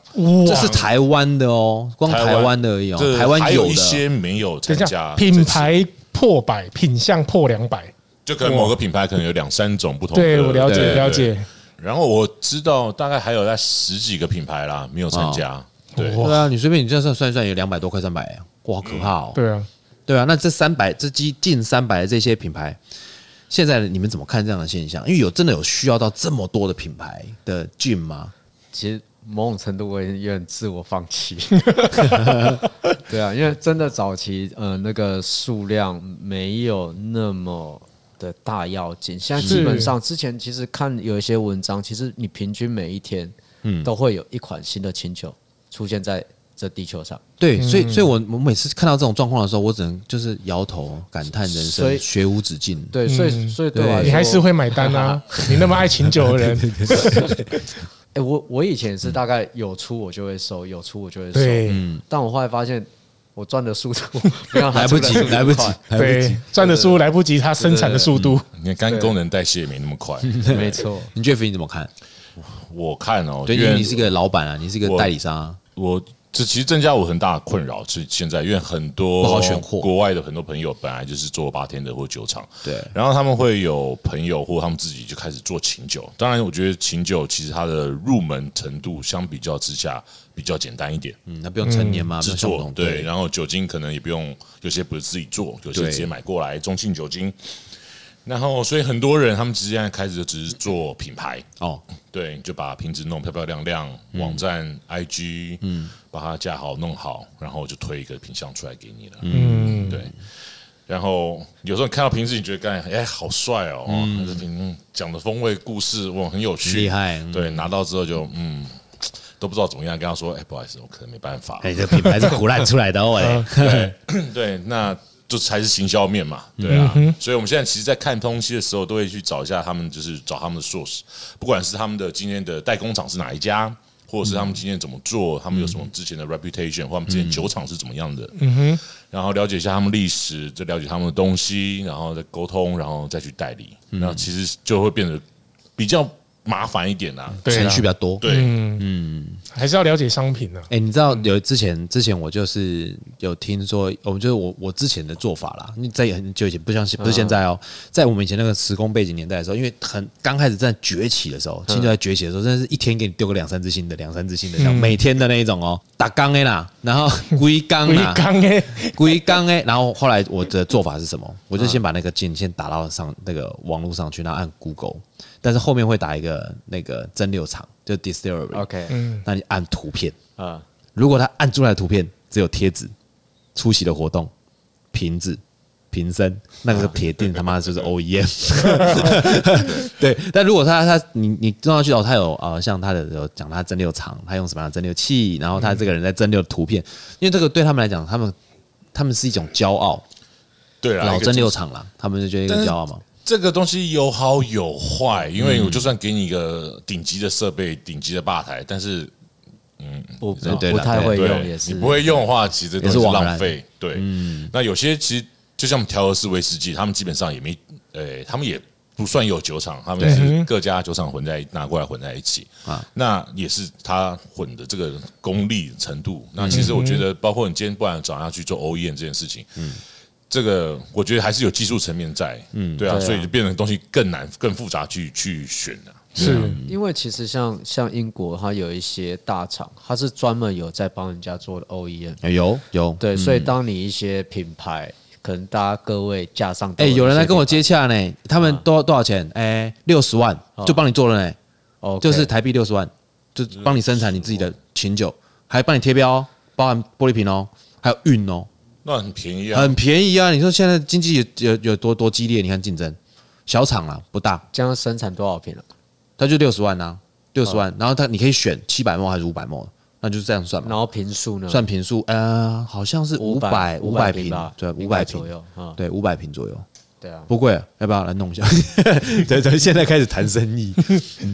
S1: 这是台湾的哦，光台湾的而已哦，
S3: 这
S1: 台
S3: 还
S1: 湾
S3: 有一
S1: 的。
S3: 些没有参
S2: 等一
S3: 加
S2: 下，
S3: 这次
S2: 品，牌破百，品相破两百。
S3: 就可能某个品牌可能有两三种不同的。
S2: 对我了
S1: 对
S2: 解，
S1: 对
S2: 了。解。
S3: 然后我知道大概还有在十几个品牌啦，没有参加。对，
S1: 对
S2: 哇，
S1: 啊，你随便你这样算算一算，有两百多块三百，欸哇，好可怕哦！
S2: 对啊，
S1: 对啊，那这三百这近近三百的这些品牌，现在你们怎么看这样的现象？因为有真的有需要到这么多的品牌的 gin 吗？
S4: 其实某种程度我也有点自我放弃。 对啊，因为真的早期呃那个数量没有那么。的大要紧，现在基本上之前其实看有一些文章，其实你平均每一天，
S1: 嗯
S4: 都会有一款新的清酒出现在这地球上。
S1: 对，所
S4: 嗯
S1: 以所以我我每次看到这种状况的时候，我只能就是摇头感叹人
S4: 所
S1: 生
S4: 以
S1: 学无止境。
S4: 对，所以所以对我来说，
S2: 嗯你还是会买单啊？你那么爱琴酒的人，
S4: 哎、我我以前也是大概有出我就会收，有出我就会收。
S2: 对
S4: 但我后来发现，我赚的速 度没有
S1: 嗯
S4: 他
S1: 来不
S4: 赚
S1: 及
S4: 的速，度
S1: 来不及
S4: 快，
S1: 来不及。
S2: 对，赚的速度来不及它生产的速度。
S3: 你看肝功能代谢也没那么快。
S1: 嗯
S4: 没错，
S1: 你 Jeff 你怎么看？
S3: 我看哦，
S1: 对，因
S3: 因
S1: 为
S3: 为
S1: 你是一个老板啊，你是一个
S3: 我
S1: 代理商、啊，
S3: 我这其实增加我很大的困扰是现在，因为很多
S1: 不好选货
S3: 国外的很多朋友本来就是做八天的或酒厂，
S1: 对
S3: 然后他们会有朋友或他们自己就开始做琴酒。当然，我觉得琴酒其实它的入门程度相比较之下比较简单一点，
S1: 嗯，那不用成年嘛，不
S3: 制
S1: 用像我
S3: 作
S1: 们
S3: 对，然后酒精可能也不用，有些不是自己做，有些
S1: 对
S3: 直接买过来中性酒精。然后，所以很多人他们直接开始就只是做品牌，
S1: 哦，
S3: 对，就把瓶子弄漂漂亮亮，
S1: 嗯
S3: 网站、IG，嗯，把它架好弄好，然后就推一个品相出来给你了，嗯，对。然后有时候你看到瓶子，你觉得干哎好帅哦，哦这瓶嗯讲的风味故事哇很有趣，
S1: 很厉害嗯
S3: 对，拿到之后就嗯都不知道怎么样跟他说，哎不好意思，我可能没办法，
S1: 哎，这品牌是胡乱出来的哦，哎，
S4: 嗯
S3: 对，那就才是行销面嘛，对啊。所以我们现在其实，在看东西的时候，都会去找一下他们，就是找他们的 source，不管是他们的今天的代工厂是哪一家，或者是他们今天怎么做，他们有什么之前的 reputation，或他们之前酒厂是怎么样的，嗯哼。然后了解一下他们历史，再了解他们的东西，然后再沟通，然后再去代理，那其实就会变得比较麻烦一点啦、
S2: 对啊
S1: 程序比较多。
S3: 对，
S2: 还是要了解商品啊。
S1: 哎、你知道有之前之前我就是有听说，我们就是我我之前的做法啦，你在很久以前，不像是不是现在哦，在我们以前那个时空背景年代的时候，因为很刚开始在崛起的时候，清酒在崛起的时候，真的是一天给你丢个两三只新的，两三只新的，这样每天的那一种哦，打缸哎啦，然后龟缸
S2: 回
S1: 啦，
S2: 刚哎，
S1: 龟缸哎，然后后来我的做法是什么？我就先把那个进先打到上那个网络上去，然后按 Google，但是后面会打一个那个蒸馏厂，就 distillery。
S4: OK，
S1: 那你按图片。
S4: 啊、
S1: 如果他按出来的图片只有贴纸、出席的活动、瓶子、瓶身，那个铁定他妈就是 OEM。对，但如果他他你你弄上去哦，他有呃像他的有讲他蒸馏厂，他用什么样的蒸馏器，然后他这个人在蒸馏的图片，因为这个对他们来讲，他们他们是一种骄傲，
S3: 对啦，
S1: 老
S3: 啊一个
S1: 蒸馏厂啦，他们就觉得一
S3: 但
S1: 个
S3: 是
S1: 骄傲嘛。
S3: 这个东西有好有坏，因为我就算给你一个顶级的设备、顶级的吧台，但是
S4: 不
S1: 对
S4: 不
S1: 对
S4: 不
S1: 啦
S4: 太
S1: 对
S4: 会用
S3: 对
S4: 也是
S3: 你不会用的话，其实都是
S1: 也是枉然
S3: 浪费。对，那有些其实就像调和式威士忌，他们基本上也没，呃，他们也不算有酒厂，他们是各家酒厂混在拿过来混在一起啊。那也是他混的这个功力程度。那其实我觉得，包括你今天不然找他去做 OEM 这件事情，这个我觉得还是有技术层面在，嗯，对啊，所以就变成东西更难、更复杂去去选啊了、
S2: 是
S4: 因为其实像像英国，它有一些大厂，它是专门有在帮人家做的 E OEM，
S1: 哎有有，
S4: 对，所以当你一些品牌可能大家各位架上都
S1: 哎、有人来跟我
S4: 一
S1: 接
S4: 些
S1: 洽呢，他们多多少钱？哎，六十万就帮你做了呢，
S4: 地方，
S1: 就是
S4: OK
S1: 台币六十万，就帮你生产你自己的琴酒，还帮你贴标哦，包含玻璃瓶哦，还有运哦，
S3: 那很便宜啊，
S1: 很便宜啊！你说现在经济有有有多多激烈？你看竞争，小厂啊不大，
S4: 这样生产多少瓶了？
S1: 它就六十万啊，六十
S4: 嗯
S1: 万，然后它你可以选七百墨还是五百墨，那就是这样算嘛，
S4: 然后瓶数呢？
S1: 算瓶数，呃，好像是五百
S4: 嗯五
S1: 百
S4: 瓶
S1: 瓶
S4: 吧，，
S1: 对，
S4: 500
S1: 五百
S4: 左
S1: 瓶，
S4: 右啊。
S1: 对，五百瓶左右。
S4: 对啊，
S1: 不贵，要不要来弄一下？ 对对，现在开始谈生意，嗯，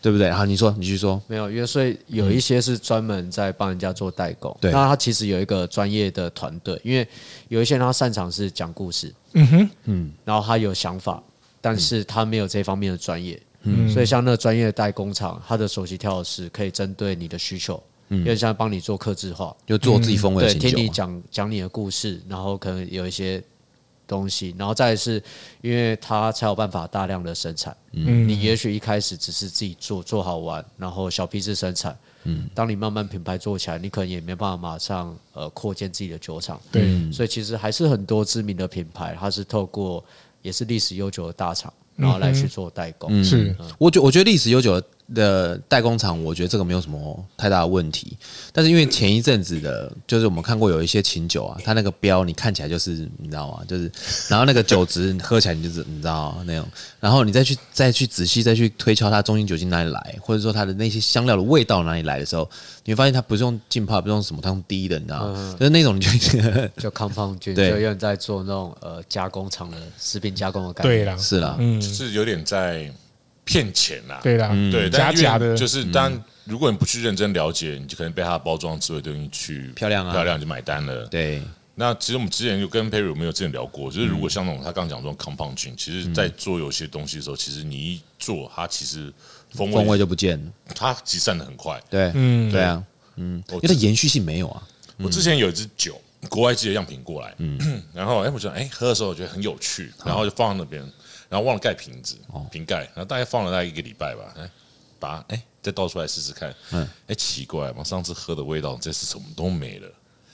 S1: 对不对？好，你说，你继续
S2: 哦
S1: 说。
S4: 没有，因为所以有一些是专门在帮人家做代购，
S2: 嗯
S1: 对
S4: 那他其实有一个专业的团队，因为有一些人他擅长是讲故事，
S2: 嗯哼，
S4: 然后他有想法，但是他没有这方面的专业，
S2: 嗯
S4: 所以像那个专业的代工厂，他的首席调酒师可以针对你的需求，因为像帮你做客制化，
S1: 就做自己风味的
S4: 嗯
S1: 清
S4: 对，听
S1: 酒
S4: 你
S1: 嘛，
S4: 讲讲你的故事，然后可能有一些东西，然后再来是因为他才有办法大量的生产。
S2: 嗯
S4: 你也许一开始只是自己做做好玩，然后小批次生产。嗯，当你慢慢品牌做起来，你可能也没办法马上呃扩建自己的酒厂。
S2: 对
S4: 所以其实还是很多知名的品牌，它是透过也是历史悠久的大厂，然后来去做代工。
S1: 嗯
S2: 是
S1: 我觉我觉得历史悠久的代工厂，我觉得这个没有什么太大的问题。但是因为前一阵子的，就是我们看过有一些琴酒啊，它那个标你看起来就是你知道吗？就是然后那个酒值你喝起来你就是你知道那种，然后你再去再去仔细再去推敲它中心酒精哪里来，或者说它的那些香料的味道哪里来的时候，你会发现它不是用浸泡，不是用什么，它用滴的，你知道吗？就是 那种你就
S4: 就康方菌，就
S1: 对
S4: 有点在做那种呃加工厂的食品加工的概念。
S2: 对啦，
S1: 是啦，
S3: 就是有点在骗钱啊啦。
S2: 对啦，
S1: 嗯
S3: 对，
S2: 假
S3: 但因为
S2: 假的，
S3: 就是当然如果你不去认真了解，你就可能被它的包装智慧东西去
S1: 漂亮啊
S3: 漂亮就买单了。
S1: 对，
S3: 那其实我们之前就跟 Perry 我们有之前聊过，
S1: 嗯
S3: 就是如果像那种他刚刚讲这种 compound gin，其实在做有些东西的时候，其实你一做它其实风
S1: 风味
S3: 味
S1: 就不见了。
S3: 它集散的很快。
S1: 对，嗯，对啊，嗯，因为它延续性没有啊。
S3: 我之前有一支酒，国外寄的样品过来，
S1: 嗯
S3: 然后哎，我觉得哎喝的时候我觉得很有趣，然后就放在那边，然后忘了盖瓶子，
S1: 哦
S3: 瓶盖，然后大概放了大概一个礼拜吧，哎，把它哎再倒出来试试看，嗯，哎奇怪，我上次喝的味道，这次什么都没了。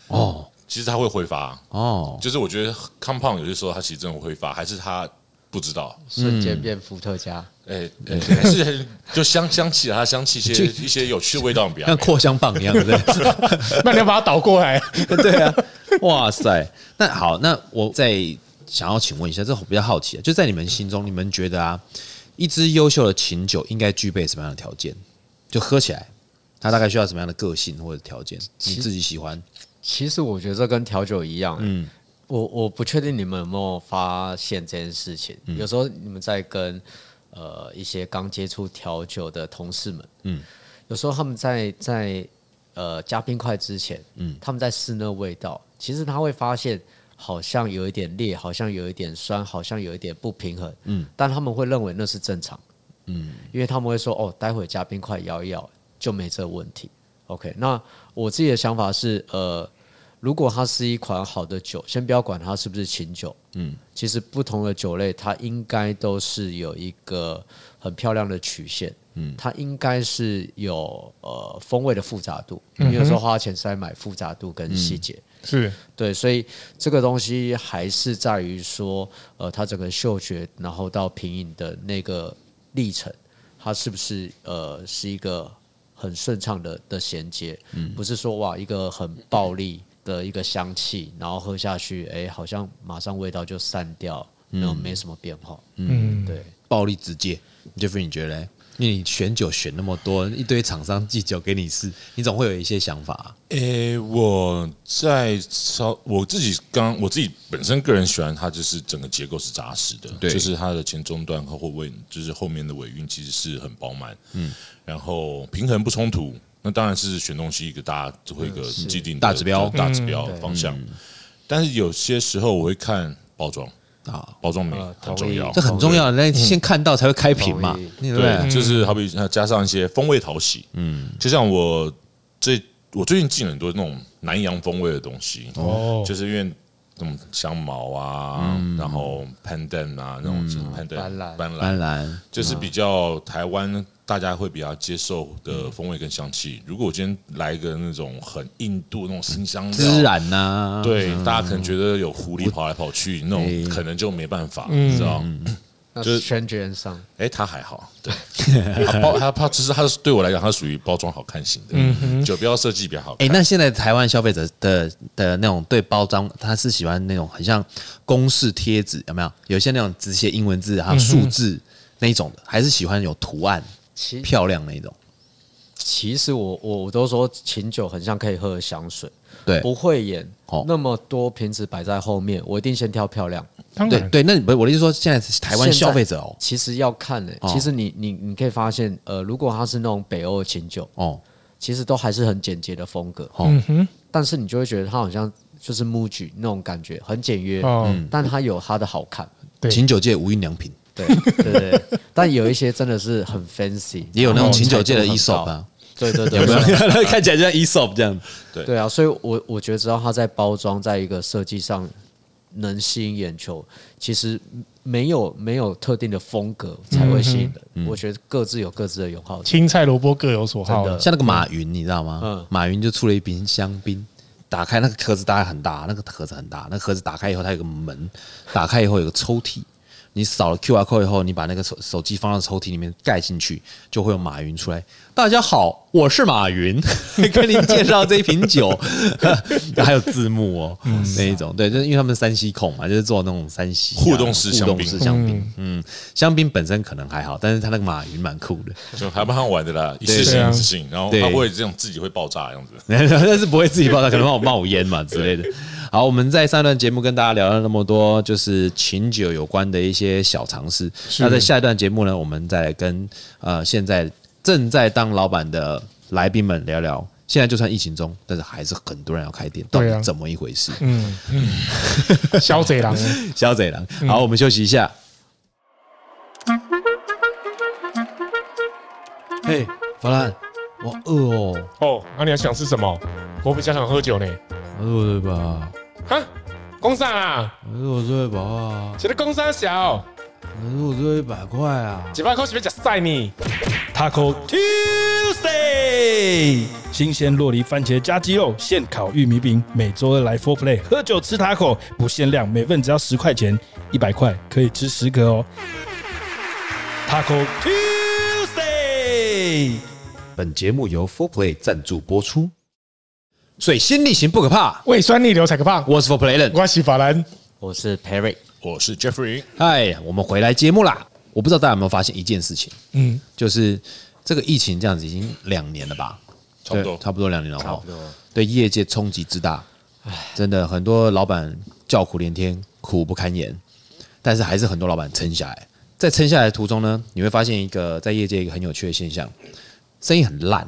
S1: 哦
S3: 其实它会挥发，
S1: 哦，
S3: 就是我觉得 compound 有些时候它其实真的会挥发，还是它不知道，
S4: 瞬间变伏特加。
S3: 哎、哎还是很就香香气啊，它香气一些一些有趣的味道比较
S1: 像
S3: 没有。
S1: 扩香棒一样的，
S2: 那你要把它倒过来，
S1: 对对啊，哇塞！那好，那我再想要请问一下，这我比较好奇啊，就在你们心中，你们觉得啊，一支优秀的琴酒应该具备什么样的条件？就喝起来，它大概需要什么样的个性或者条件？你自己喜欢？
S4: 其实我觉得这跟调酒一样、嗯，我我不确定你们有没有发现这件事情。有时候你们在跟呃一些刚接触调酒的同事们，嗯，有时候他们在在呃加冰块之前，嗯，他们在试那味道，其实他会发现。好像有一点烈，好像有一点酸，好像有一点不平衡，嗯，但他们会认为那是正常，嗯，因为他们会说哦，待会加冰块摇一摇就没这个问题，OK。那我自己的想法是，呃，如果它是一款好的酒，先不要管它是不是琴酒，嗯，其实不同的酒类，它应该都是有一个很漂亮的曲线，嗯，它应该是有呃风味的复杂度，因为有时候花钱是在买复杂度跟细节，
S2: 是
S4: 对，所以这个东西还是在于说，呃，它整个嗅觉，然后到品饮的那个历程，它是不是呃是一个很顺畅的的衔接，不是说哇一个很暴力的一个香气，然后喝下去，哎、好像马上味道就散掉，然后没什么变化，嗯，对。
S1: 暴力直接，Jeffrey，你觉得嘞？因为你选酒选那么多，一堆厂商寄酒给你试，你总会有一些想法啊、
S3: 诶、我在稍我自己刚我自己本身个人喜欢它，就是整个结构是扎实的，
S1: 对
S3: 就是它的前中段和后尾，就是后面的尾韵其实是很饱满，嗯，然后平衡不冲突，那当然是选东西一个大家会一个既定
S1: 嗯
S3: 的
S1: 大指标嗯
S3: 大指标方向，但是有些时候我会看包装
S1: 啊，
S3: 包装美
S4: 呃
S3: 很
S4: 同
S3: 重
S4: 意
S3: 要，
S1: 这很重要。那先看到才会开瓶嘛
S4: 同意，
S1: 对不对？
S3: 对，就是好比呃加上一些风味讨喜，嗯，就像我最我最近进了很多那种南洋风味的东西，
S2: 哦
S3: 就是因为那种香茅啊，然后 pandan 啊，那种什么 pandan
S4: 斑斓
S3: 斑斓，
S1: 斑斓
S3: 就是比较台湾大家会比较接受的风味跟香气。如果我今天来一个那种很印度那种辛香料
S1: 孜然啊呐、
S3: 对，大家可能觉得有狐狸跑来跑去那种，可能就没办法，你知道？
S4: 那
S3: 就是
S4: 是全觉人上，
S3: 哎，他还好，对， 他包他怕，其实他是对我来讲，他属于包装好看型的，酒标设计比较好
S1: 哎、
S3: 看。
S1: 那现在台湾消费者的的那种对包装，他是喜欢那种很像公式贴纸，有没有？有一些那种只写英文字还有数字那一种的，还是喜欢有图案
S4: 其
S1: 漂亮那一种。
S4: 其实我我我都说琴酒很像可以喝的香水，
S1: 对
S4: 不会演
S1: 哦
S4: 那么多瓶子摆在后面，我一定先挑漂亮。
S2: 当
S1: 对
S2: 然，
S1: 对，那你不是我的意思说，现在是台湾
S4: 现在
S1: 消费者哦
S4: 其实要看诶、
S1: 哦
S4: 其实你你你可以发现，呃，如果它是那种北欧的琴酒，
S1: 哦
S4: 其实都还是很简洁的风格，
S1: 哦，
S4: 但是你就会觉得它好像就是木举那种感觉，很简约，
S2: 哦
S1: 嗯
S4: 但它有它的好看。
S2: 对
S1: 琴酒界无印良品
S4: 对对对，但有一些真的是很 fancy，
S1: 也有哦那种琴酒界的
S4: 然后
S1: ESOP
S4: 彩度很高
S1: 啊，
S4: 对对对，
S1: 有没有
S4: 对？
S1: 看起来就像 ESOP 这样。
S4: 对啊，所以我我觉得只要它在包装，在一个设计上能吸引眼球，其实没有没有特定的风格才会吸引人。
S1: 嗯
S4: 我觉得各自有各自的友好点。
S2: 青菜萝卜各有所好啊
S4: 真
S2: 了
S4: 的。
S1: 像那个马云，你知道吗？
S4: 嗯
S1: 马云就出了一瓶香槟，打开那个壳子，大概很大，那个盒子很大，那个盒子打开以后，它有个门，打开以后有个抽屉，你扫了 QR code 以后，你把那个手手机放到抽屉里面盖进去，就会有马云出来。大家好，我是马云， 跟您介绍这一瓶酒， 还有字幕哦，那一种对，就是因为他们山西控嘛，就是做那种山西啊、
S3: 嗯啊互动式香槟
S1: 互动式香槟，嗯，香槟本身可能还好，但是他那个马云蛮酷的。
S3: 就还蛮好玩的啦，一次
S2: 对
S3: 性
S2: 啊
S3: 一次性，然后
S1: 对
S3: 他会这种自己会爆炸的样子。
S1: 但是不会自己爆炸，可能冒冒烟嘛之类的。好，我们在上一段节目跟大家聊了那么多，就是琴酒有关的一些小常识。那在下一段节目呢，我们再来跟呃现在正在当老板的来宾们聊聊。现在就算疫情中，但是还是很多人要开店，到
S2: 对啊
S1: 底怎么一回事？
S2: 嗯嗯，小贼狼，
S1: 小贼狼，好，我们休息一下。嘿，法兰，我饿哦，
S2: 哦，那、你还想吃什么？我比较想喝酒呢。
S1: 饿对吧？
S2: 啊，工商啊，
S1: 饿对吧？
S2: 觉得工商小，
S1: 可是我只哎有一百块啊！
S2: 几百块是不是假晒你？
S5: Taco Tuesday，新鲜洛梨番茄加鸡肉，现烤玉米饼，每周二来 Four Play 喝酒吃 Taco，不限量，每份只要十块钱，一百块可以吃十个哦。Taco Tuesday，
S1: 本节目由 Four Play 赞助播出。水星逆行不可怕，
S2: 胃酸逆流才可怕。
S1: 我是 Four Play 人。
S2: 我是法兰，
S4: 我是 Perry，
S3: 我是 Jeffrey，
S1: 哎，我们回来节目啦！我不知道大家有没有发现一件事情，
S2: 嗯，
S1: 就是这个疫情这样子已经两年了吧？
S3: 差不多
S1: 对差不多两年了哈。
S4: 不多
S1: 对业界冲击之大，真的很多老板叫苦连天，苦不堪言。但是还是很多老板撑下来，在撑下来的途中呢，你会发现一个在业界一个很有趣的现象：生意很烂，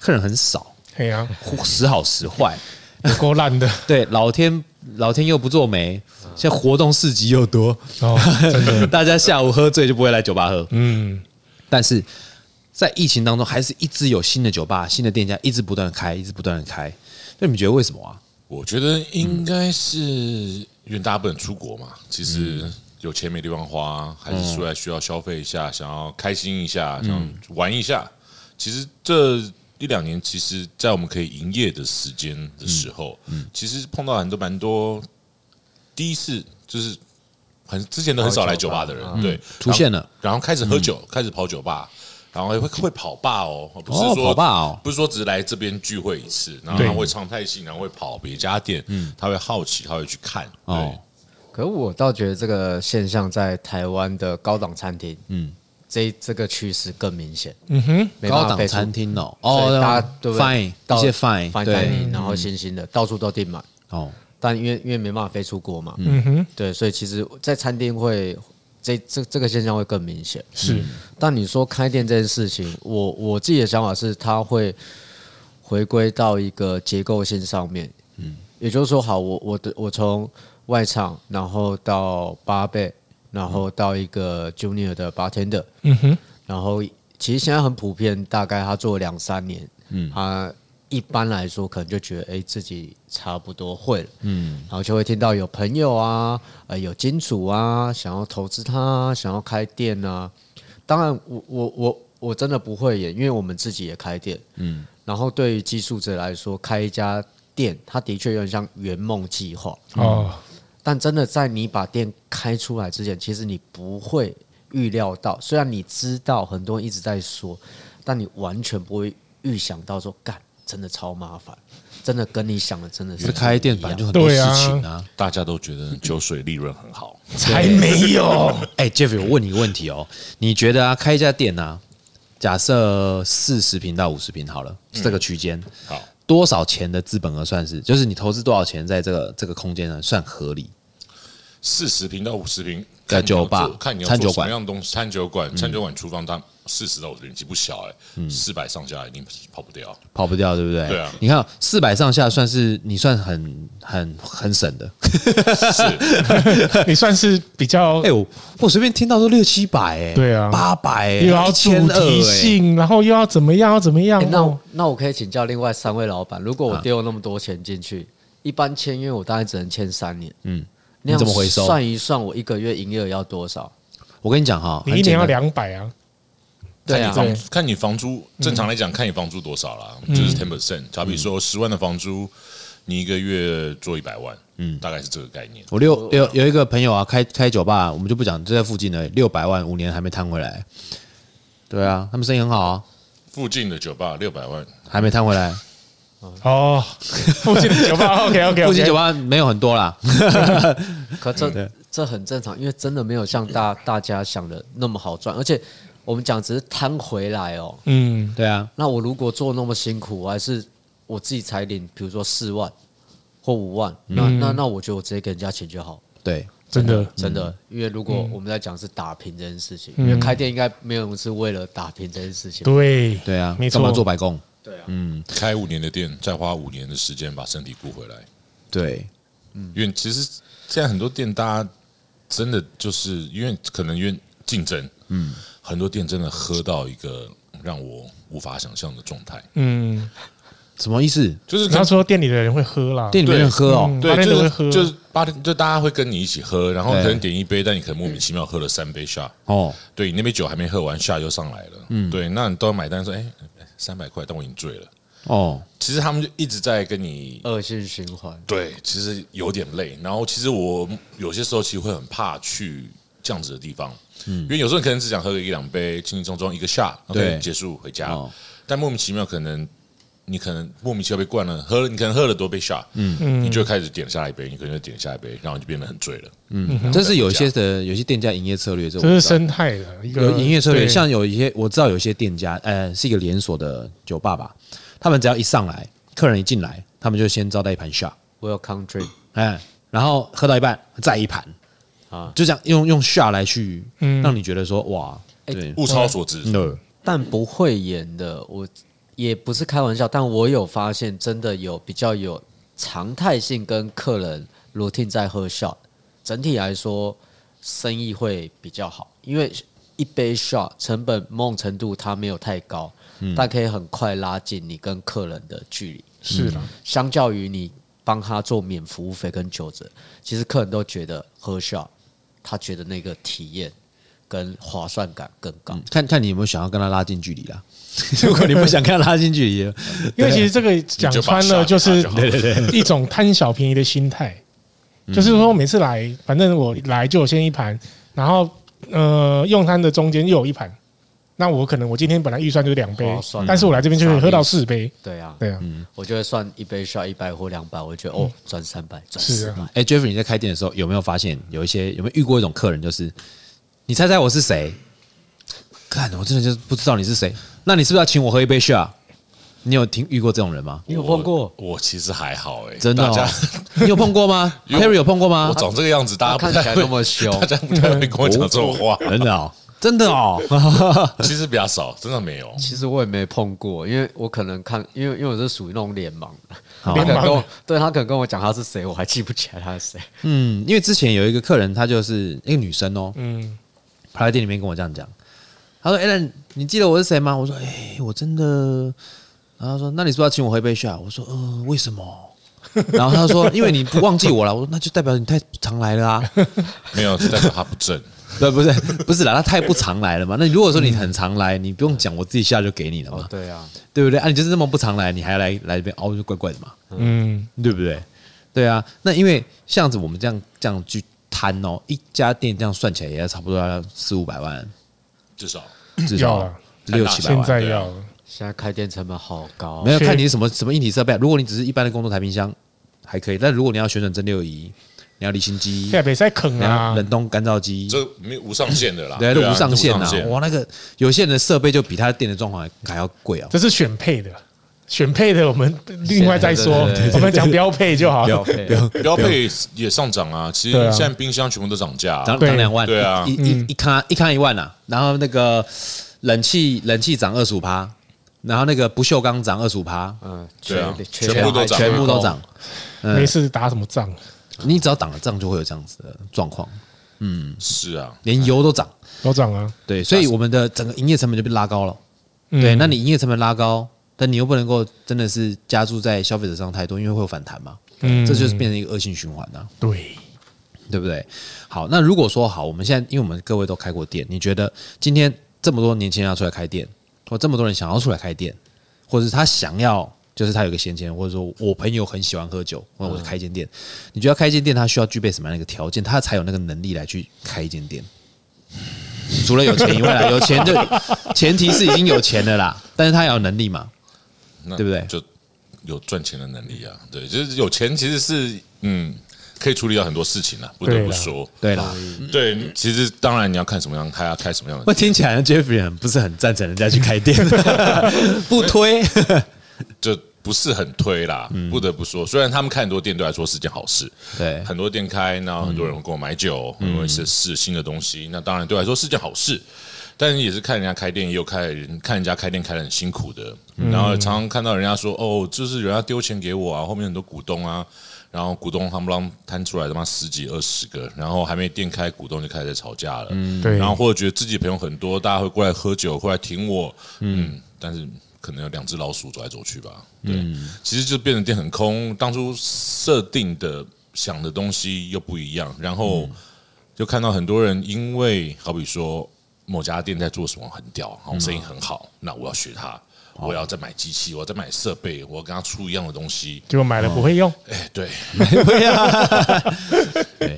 S1: 客人很少，
S2: 嘿呀、
S1: 时好时坏。
S2: 有够烂的
S1: 对，老天老天又不作美，现在活动市集又多，
S2: 哦，真的，
S1: 大家下午喝醉就不会来酒吧喝。
S2: 嗯，
S1: 但是在疫情当中，还是一直有新的酒吧、新的店家一直不断的开，一直不断的开。那你们觉得为什么啊？
S3: 我觉得应该是
S1: 嗯
S3: 因为大家不能出国嘛，其实有钱没地方花，还是出来需要消费一
S1: 嗯
S3: 下，想要开心一下，想玩一下。其实这一两年，其实，在我们可以营业的时间的时候，
S1: 嗯
S3: 其实碰到很多蛮多第一次就是很之前都很少来酒吧的
S1: 哦
S3: 人，对，
S1: 嗯出现了嗯
S3: 然后开始喝酒，开始跑酒吧，然后还会会跑吧哦，不是
S1: 哦
S3: 说
S1: 跑吧哦
S3: 不是说只是来这边聚会一次，然后
S2: 对
S3: 他会常态性，然后会跑别家店，他会好奇，他会去看，
S1: 嗯哦
S3: 对，
S4: 可我倒觉得这个现象在台湾的高档餐厅，嗯，这这个趋势更明显，嗯哼，
S1: 高档餐。厅哦，
S4: 哦，
S1: 哦，
S4: 大家对不对
S1: fine
S4: 到
S1: 一些 fine 嗯
S4: fine 嗯
S1: 对
S4: dining，然后新兴的到处都订满，
S1: 哦，
S4: 但因为因为没办法飞出国嘛，
S2: 嗯哼，
S4: 对，所以其实，在餐厅会这这这个现象会更明显。嗯
S2: 是
S4: 但你说开店这件事情，我我自己的想法是，它会回归到一个结构性上面。嗯，也就是说，好，我我的我从外场，然后到八倍，然后到一个 junior 的 bartender，嗯哼，然后其实现在很普遍，大概他做两三年，嗯，他一般来说可能就觉得，哎、自己差不多会了，嗯，然后就会听到有朋友啊，呃，有金主啊，想要投资他啊、想要开店啊，当然我，我我我我真的不会演，因为我们自己也开店，嗯，然后对于寄宿者来说，开一家店，它的确有点像圆梦计划，
S2: 哦，
S4: 但真的在你把店开出来之前，其实你不会预料到，虽然你知道很多人一直在说，但你完全不会预想到说，干真的超麻烦，真的跟你想的真的是
S1: 这开店
S4: 不
S1: 本
S4: 一
S1: 来
S4: 样
S1: 就很多
S2: 对
S1: 事
S2: 啊
S1: 情啊。
S3: 大家都觉得酒水利润很好，
S2: 才没有，
S1: 哎、j e f f 我问你一个问题哦，你觉得啊，开一家店啊，假设四十平到五十平好了，这个区
S2: 嗯
S1: 间，
S3: 好，
S1: 多少钱的资本额算是？就是你投资多少钱在这个这个空间呢，算合理？
S3: 四十平到五十平，
S1: 在
S3: 看你要
S1: 酒吧
S3: 做看你要
S1: 餐酒
S3: 做什
S1: 馆嗯
S3: 么样东西，餐酒馆、餐酒馆厨房，它四十到五十平，其实不小哎，四百上下一定跑 不掉。
S1: 跑不掉，对不对？
S3: 对啊
S1: 你看哦四百上下算是你算很很很省 的。
S3: 是，
S2: 你算是比较
S1: 哎、我我随便听到都六七百哎，
S2: 对啊
S1: 八百哎，
S2: 又要主
S1: 千二
S2: 题
S1: 哎，
S2: 性，然后又要怎么样，要怎么样
S4: 欸？那
S2: 哦
S4: 我那我可以请教另外三位老板，如
S1: 啊
S4: 果我丢那么多钱进去，一般签约我大概只能签三年，嗯，
S1: 你
S4: 那样
S1: 怎么回收
S4: 算一算，我一个月营业额要多少？
S1: 我跟你讲哈，
S2: 你
S1: 很
S2: 一年
S1: 简
S2: 要
S1: 单
S2: 两百啊，
S4: 对
S3: 看你
S4: 啊，
S3: 房看你房租，
S1: 嗯
S3: 正常来讲看你房租多少啦，就是 ten percent。假比说十万的房租，你一个月做一百万，嗯，大概是这个概念。
S1: 我六有有一个朋友啊，开开酒吧，我们就不讲，就在附近而已，六百万五年还没摊回来。对啊，他们生意很好啊，
S3: 附近的酒吧六百万，
S1: 还没摊回 来。
S2: 哦， 附近的酒吧，OK OK，
S1: 附近酒吧没有很多 啦，
S4: 可这这很正常，因为真的没有像大大家想的那么好赚，而且我们讲只是摊回来哦。
S2: 嗯，
S1: 对啊，
S4: 那我如果做那么辛苦，我还是我自己才领，比如说四万或五万，那那那我觉得我直接给人家钱就好。
S1: 对，
S2: 真的，
S4: 真的，因为如果我们在讲是打拼这件事情，因为开店应该没有人是为了打拼这件事情。
S2: 对
S1: 对啊，
S2: 没
S1: 干
S2: 错
S1: 嘛，做白工？
S3: 开五年的店，再花五年的时间把身体顾回来。
S1: 对，
S2: 嗯
S3: 因为其实现在很多店，大家真的就是因为可能因为竞争，嗯，很多店真的喝到一个让我无法想象的状态，
S2: 嗯，
S1: 什么意思？
S3: 就是
S2: 他说店里的人会喝啦，
S1: 店里面人喝哦，
S2: 啊嗯八，
S3: 对
S2: 天都会
S3: 就是
S2: 喝
S3: 就是八天，就大家会跟你一起喝，然后
S1: 对
S3: 可能点一杯，但你可能莫名其妙喝了三杯下，
S1: 哦，
S3: 对你那杯酒还没喝完，下又上来了，嗯，对，那你都要买单说，哎，三百块，但我已经醉了。
S1: 哦，
S3: 其实他们就一直在跟你
S4: 恶性循环，
S3: 对，其实有点累。然后其实我有些时候其实会很怕去这样子的地方，
S4: 嗯
S3: 因为有时候你可能只想喝个一两杯，轻轻松松一个下
S1: 对
S3: ，OK，结束回
S2: 嗯
S3: 家。
S1: 哦
S3: 但莫名其妙，可能你可能莫名其妙被灌了，喝了你可能喝了多杯下，嗯，你就会开始点下一杯，你可能就点下一杯，然后你就变得很醉了。
S4: 嗯
S1: 嗯这是有一些的有一些店家营业策略，这我
S2: 嗯这是
S1: 不知道
S2: 生态的一个
S1: 有营业策略，
S2: 对
S1: 像有一些我知道有一些店家，呃，是一个连锁的酒吧吧，他们只要一上来，客人一进来，他们就先招待一盘 shot，
S4: 我有 country
S1: 哎，然后喝到一半再一盘，
S4: 啊，
S1: 就这样用用 shot 来去
S2: 嗯
S1: 让你觉得说哇，
S4: 哎
S1: 对
S3: 物超所值，
S1: ，no，
S4: 但不会演的，我也不是开玩笑，但我有发现，真的有比较有常态性跟客人 routine 在喝笑，整体来说生意会比较好，因为一杯 shot 成本某种程度它没有太高，但可以很快拉近你跟客人的距离。
S2: 是啦，
S4: 相较于你帮他做免服务费跟九折，其实客人都觉得喝 shot，他觉得那个体验跟划算感更高。
S1: 看看你有没有想要跟他拉近距离啦。 如果你不想跟他拉近距离，
S2: 因为其实这个讲穿了就是一种贪小便宜的心态，就是说每次来，反正我来就有先一盘，然后呃用餐的中间又有一盘，那我可能我今天本来预算就是两杯
S4: 划算，
S2: 但是我来这边就可以喝到四杯，
S4: 对啊，
S2: 对啊，
S4: 我就会算一杯 shot 一百或两百，我就觉得哦赚三百赚四
S2: 是
S4: 百
S2: 啊，
S1: 哎，Jeffrey，你在开店的时候有没有发现有一些有没有遇过一种客人，就是你猜猜我是谁？看，我真的就是不知道你是谁。那你是不是要请我喝一杯 shot？你有听遇过这种人吗？
S4: 你有碰过？
S3: 我？我其实还好哎，
S1: 真的、
S3: 大家
S1: 哦，你有碰过吗
S3: 因为
S1: ？Harry 有碰过吗，
S3: 我？长这个样子，大家
S4: 啊看
S3: 不
S4: 起
S3: 太
S4: 来
S3: 会
S4: 那么凶嗯
S3: 大家不太会跟我讲这种话
S1: 真的哦，真的哦，
S3: 其实比较少，真的没有。
S4: 其实我也没碰过，因为我可能看，因为因为我是属于那种脸盲的，他
S1: 好
S4: 可能跟我对他可能跟我讲他是谁，我还记不起来他是谁。
S1: 嗯，因为之前有一个客人，她就是一个女生哦，
S2: 嗯，
S1: 她在店里面跟我这样讲，她说 a l a n 你记得我是谁吗？”我说：“哎、我真的。”然后她说：“那你是不是要请我喝一杯 shot？” 我说：“呃，为什么？” 然后她说：“因为你不忘记我了。”我说：“那就代表你太常来了啊。
S3: 没有，是代表他不正。
S1: 对，不是不是啦，他太不常来了嘛。那如果说你很常来，你不用讲，我自己下就给你了嘛，
S4: 对啊，
S1: 对不对？啊，你就是这么不常来，你还来来这边哦凹，就怪怪的嘛，
S2: 嗯，
S1: 对不对？对啊，那因为像子我们这样这样去摊哦，一家店这样算起来也要差不多要四五百万，
S3: 至少
S1: 至
S2: 要
S1: 少
S2: 了，哎
S1: 六七百
S2: 现
S1: 万。
S2: 在要了，
S4: 现在开店成本好高，
S1: 没有
S2: 是
S1: 看你什么什么硬体设备，如果你只是一般的工作台冰箱还可以，但如果你要旋转蒸馏仪，你要离心机
S2: 现，在别再啃
S1: 你要
S2: 啊，
S1: 冷冻干燥机，
S3: 这没有无上限的啦，
S1: 对，都
S3: 啊
S1: 无上限
S3: 这
S1: 啊！哇，那个有些人的设备就比他店的装潢还还要贵啊。
S2: 这是选配的，选配的我们另外再说
S4: 对对对对，
S2: 我们讲标配就 好。
S4: 标配啊
S3: 标配也上涨啊，其实
S2: 对啊
S3: 现在冰箱全部都涨价啊、
S1: 涨
S2: 对嗯
S1: 涨两万，
S3: 对啊
S1: 一一一一咖一咖一万啊，然后那个冷气冷气涨二十五趴，然后那个不锈钢涨二十五趴，
S4: 嗯，
S3: 对啊
S4: 缺
S3: 全部都涨
S1: 全部都涨。。
S2: 没事打什么仗？
S1: 你只要打了仗，就会有这样子的状况，
S3: 是啊，
S1: 连油都涨。
S2: 都涨啊，
S1: 对，所以我们的整个营业成本就被拉高了。
S2: 嗯
S1: 对，那你营业成本拉高，但你又不能够真的是加注在消费者上太多，因为会有反弹嘛。
S2: 嗯
S1: 这就是变成一个恶性循环啊。
S2: 对，
S1: 对不对？好，那如果说好，我们现在因为我们各位都开过店，你觉得今天这么多年轻人要出来开店，或这么多人想要出来开店，或者是他想要就是他有个闲钱，或者说我朋友很喜欢喝酒，或者我开一间店，你觉得开一间店他需要具备什么样的一个条件，他才有那个能力来去开一间店？除了有钱以外啦，有 钱就前提是已经有钱了啦，但是他也要有能力嘛，
S3: 那
S1: 对不对
S3: 就有赚钱的能力啊，对，就是有钱其实是嗯，可以处理到很多事情啊，不得
S2: 对
S3: 不
S2: 啦
S3: 说，
S1: 对啦。
S3: 对，其实当然你要看什么样，他要开什么样的
S1: 那听起来 Jeffrey 很不是很赞成人家去开 店，不推。
S3: 就不是很推啦，
S1: 嗯
S3: 不得不说，虽然他们开很多店对来说是件好事，
S1: 对
S3: 很多店开，然后很多人会跟我买酒，很多人是试新的东西，那当然对我来说是件好事。但也是看人家开店，也有看人看人家开店开的很辛苦的，然后常常看到人家说哦，就是人家丢钱给我啊，后面很多股东啊，然后股东他们让摊出来他妈十几二十个，然后还没店开，股东就开始在吵架了，
S2: 对
S3: 嗯然后或者觉得自己朋友很多，大家会过来喝酒，过来挺我，嗯，但是可能有两只老鼠走来走去吧。对，其实就变成店很空，当初设定的想的东西又不一样，然后就看到很多人因为好比说某家店在做什么很屌，然后生意很好，那我要学他。我要再买机器，我要再买设备，我要跟他出一样的东西。
S2: 结果买了不会用，
S3: 哎，对，
S1: 对啊呀，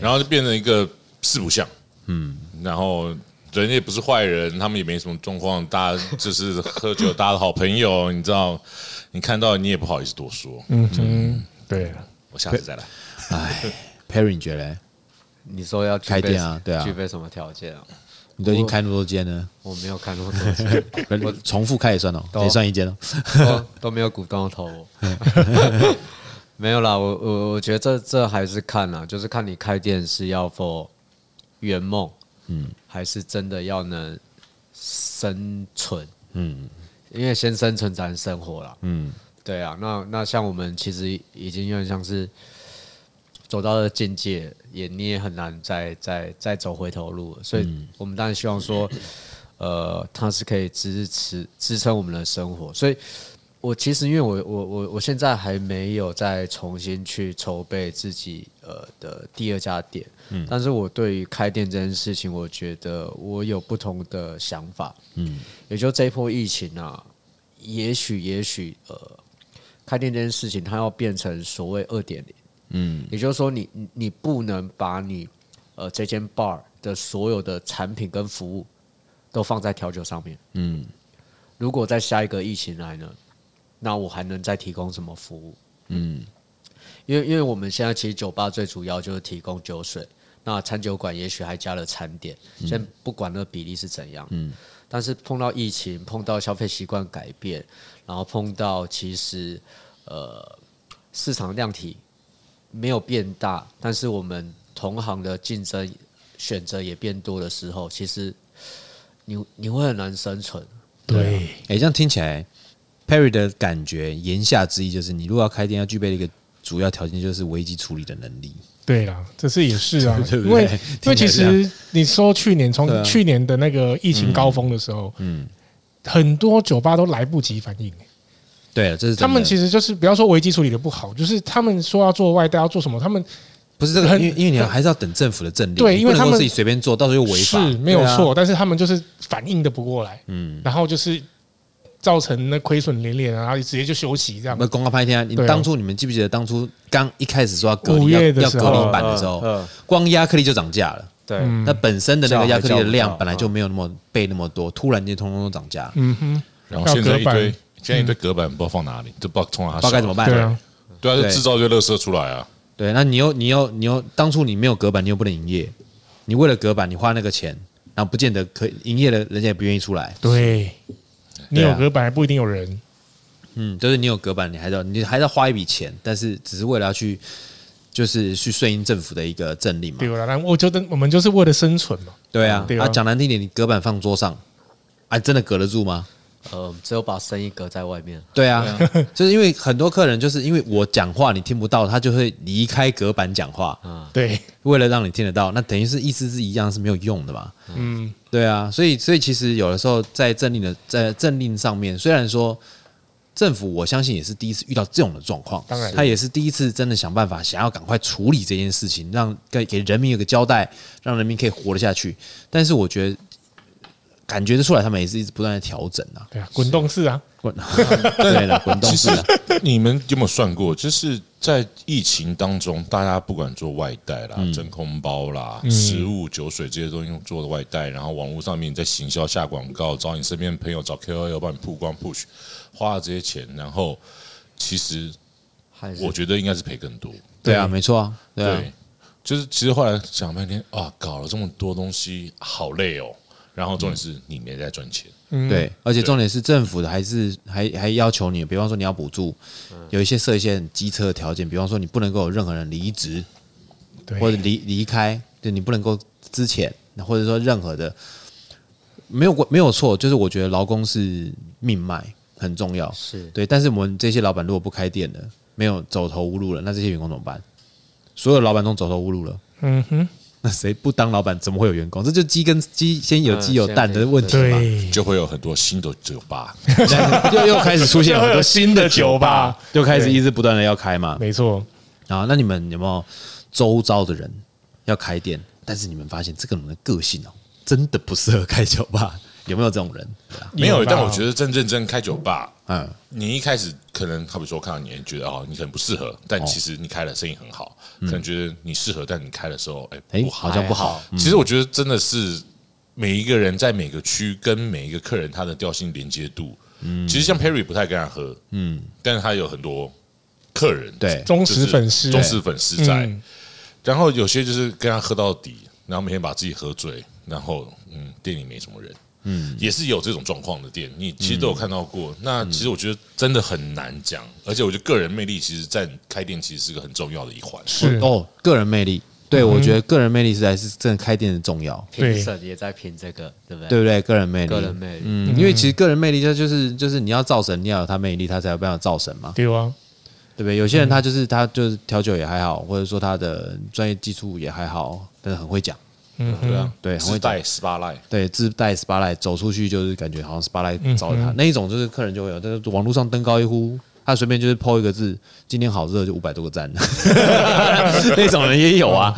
S3: 然后就变成一个四不像，嗯，然后人也不是坏人，他们也没什么状况，大家就是喝酒，大家的好朋友，你知道，你看到你也不好意思多说，
S1: 嗯
S2: 对，
S3: 我下次再来。
S1: Perry，你觉得嘞？
S4: 你说要具
S1: 开
S4: 备
S1: 店啊对啊
S4: 具备什么条件啊？
S1: 你都已经开那么多间了，
S4: 我没有看那么多钱，
S1: 我重复开也算哦，
S4: 懂
S1: 也算一间哦。
S4: 都 都没有股东投 我。没有啦，我我我觉得这这还是看啦，就是看你开店是要否圆梦，嗯，还是真的要能生存，嗯，因为先生存才能生活啦，嗯，对啊，那那像我们其实已经有点像是走到了境界，也你也很难再再再走回头路了，所以我们当然希望说，呃，它是可以支持支撑我们的生活，所以我其实因为我我我我现在还没有再重新去筹备自己呃的第二家店，但是我对于开店这件事情，我觉得我有不同的想法，嗯，也就这一波疫情啊，也许也许呃，开店这件事情它要变成所谓二点零，嗯，也就是说你你你不能把你呃这间 bar 的所有的产品跟服务都放在调酒上面，嗯，如果在下一个疫情来呢？那我还能再提供什么服务？嗯，因为因为我们现在其实酒吧最主要就是提供酒水，那餐酒馆也许还加了餐点，先不管那个比例是怎样，嗯，但是碰到疫情，碰到消费习惯改变，然后碰到其实呃市场量体没有变大，但是我们同行的竞争选择也变多的时候，其实你你会很难生存，
S2: 对，
S1: 哎，这样听起来，Perry 的感觉言下之意就是，你如果要开店，要具备一个主要条件，就是危机处理的能力。，
S2: 对啦，这是也是啊
S1: 对不对
S2: 因为
S1: 听
S2: 因为其
S1: 起来这
S2: 实你说去年从
S1: 对啊
S2: 去年的那个疫情高峰的时候，嗯，很多酒吧都来不及反应。
S1: 对了，这是
S2: 他们其
S1: 实
S2: 实就是不要说危机处理的不好，就是他们说要做外带要做什么，他们
S1: 不是这个，
S2: 很
S1: 因为因为你还是要等政府的政令，
S2: 对
S1: 你
S2: 因为
S1: 不能
S2: 他
S1: 够
S2: 们
S1: 自己随便做，到时候又违法，
S2: 是没有
S1: 对啊
S2: 错，，但是他们就是反应的不过来，
S1: 嗯。
S2: 然后就是造成那亏损连连，然后直接就休息这样
S1: 那。公告拍天啊！你
S2: 对啊
S1: 当初你们记不记得，当初刚一开始说要隔离
S2: 五
S1: 要
S2: 月的
S1: 要
S2: 时
S1: 隔
S2: 候
S1: 离版的时候，
S4: 嗯嗯
S1: 光亚克力就涨价了。
S4: 对，
S2: 嗯
S1: 那本身的那个亚克力的
S4: 叫还叫不
S1: 量
S4: 到
S1: 本来就没有那么备那么多，突然间通通都涨价，
S2: 嗯哼，
S3: 然后现在一
S2: 要隔板
S3: 堆现在一堆隔板不知道放哪里，就不知道冲哪
S1: 嗯不知
S3: 里，
S1: 道该怎么办。
S2: 对啊，
S3: 对啊，
S1: 对
S3: 就制造一堆垃圾出来啊。
S1: 对，那你又你又你又当初你没有隔板，你又不能营业，你为了隔板你花那个钱，然后不见得可以营业的，人家也不愿意出来。
S2: 对，你
S1: 对啊
S2: 有歌本来不一定有人，
S1: 嗯，就是你有隔板，你还是要你还是要花一笔钱，但是只是为了要去就是去顺应政府的一个政令嘛
S2: 对。了，然后我就等我们就是为了生存嘛，
S1: 对啊，
S2: 对啊
S1: 啊讲难听点，你隔板放桌上，啊，真的隔得住吗？
S4: 呃，只有把生意隔在外面。
S1: 对啊， 就是因为很多客人就是因为我讲话你听不到，他就会离开隔板讲话，
S2: 对，
S1: 为了让你听得到，那等于是意思是一样是没有用的嘛。
S2: 嗯，
S1: 对啊，所以所以其实有的时候在政令的在政令上面，虽然说政府我相信也是第一次遇到这种的状况，
S2: 当然
S1: 他也是第一次真的想办法，想要赶快处理这件事情，让给给人民有个交代，让人民可以活得下去。但是我觉得感觉得出来，他们也是一直不断的调整啊，
S2: 对啊，滚动式啊，
S1: 滚对了，滚动
S3: 其
S1: 式
S3: 实
S1: 啊，
S3: 你们有没有算过，就是在疫情当中，大家不管做外带
S1: 嗯
S3: 啦、真空包啦、食物、酒水这些东西做的外带，然后网络上面在行销下广告，找你身边的朋友、找 KOL 帮你曝光 push，花了这些钱，然后其实
S4: 还是
S3: 我觉得应该是赔更多。
S1: 对啊，没错啊，对啊，
S3: 对，就是其实后来想半天啊，搞了这么多东西，好累哦。然后重点是你没在赚钱，
S1: 对，而且重点是政府的还是还还要求你，比方说你要补助，有一些设一些很机车的条件，比方说你不能够有任何人离职
S2: 对，
S1: 或者离离开，就你不能够之前，或者说任何的没有过没有错，就是我觉得劳工是命脉很重要，
S4: 是
S1: 对，但是我们这些老板如果不开店了，没有走投无路了，那这些员工怎么办？所有老板都走投无路了。
S2: 嗯哼，
S1: 那谁不当老板，怎么会有员工？这就鸡跟鸡先有鸡有蛋的问题嘛。
S2: 对，
S3: 就会有很多新的酒 吧。
S1: 又又开始出现了很 多新的酒吧，又开始一直不断的要开嘛。
S2: 没错，
S1: 啊，那你们有没有周遭的人要开店，但是你们发现这个人的个性哦，真的不适合开酒吧？ 有没有这种人？对啊
S3: 没有，但我觉
S2: 得
S3: 得真认真开酒吧，
S1: 嗯，
S3: 你一开始可能好比说看到你觉得哦，你可能不适合，但其实你开了生意很好，可能觉得你适合，但你开的时候，哎，
S1: 哎、
S3: 不好
S1: 好。像不好。
S3: 其实我觉得真的是每一个人在每个区跟每一个客人他的调性连接度，嗯，其实像 Perry 不太跟他喝，嗯，但是他有很多客人，
S1: 对
S2: 忠实粉丝
S3: 忠实粉丝在
S2: 嗯，
S3: 然后有些就是跟他喝到底，然后每天把自己喝醉，然后嗯，店里没什么人。嗯，也是有这种状况的店，你其实都有看到过。那其实我觉得真的很难讲，而且我觉得个人魅力其实，在开店其实是个很重要的一环。
S2: 是
S1: 哦，个人魅力，对、
S4: 嗯
S1: 我觉得个人魅力实在是真的开店的重要，
S2: 对
S4: 评审也在评这个，对不对？
S1: 对不对？个人魅力，
S4: 个人魅力
S1: 嗯，因为其实个人魅力，它就是就是你要造神，你要有他魅力，他才有办法造神嘛。
S2: 对啊，
S1: 对不对？有些
S4: 嗯
S1: 人他就是他就是调酒也还好，或者说他的专业技术也还好，但是很会讲，
S2: 嗯
S3: 对
S2: 哼，
S3: 啊，
S1: 对很会
S3: 自带 SPA line，
S1: 对，自带 spotlight 走出去就是感觉好像 spotlight 照着他、那一种，就是客人就会有，但是网络上登高一呼，他随便就是 PO 一个字，今天好热就五百多个赞，那种人也有啊，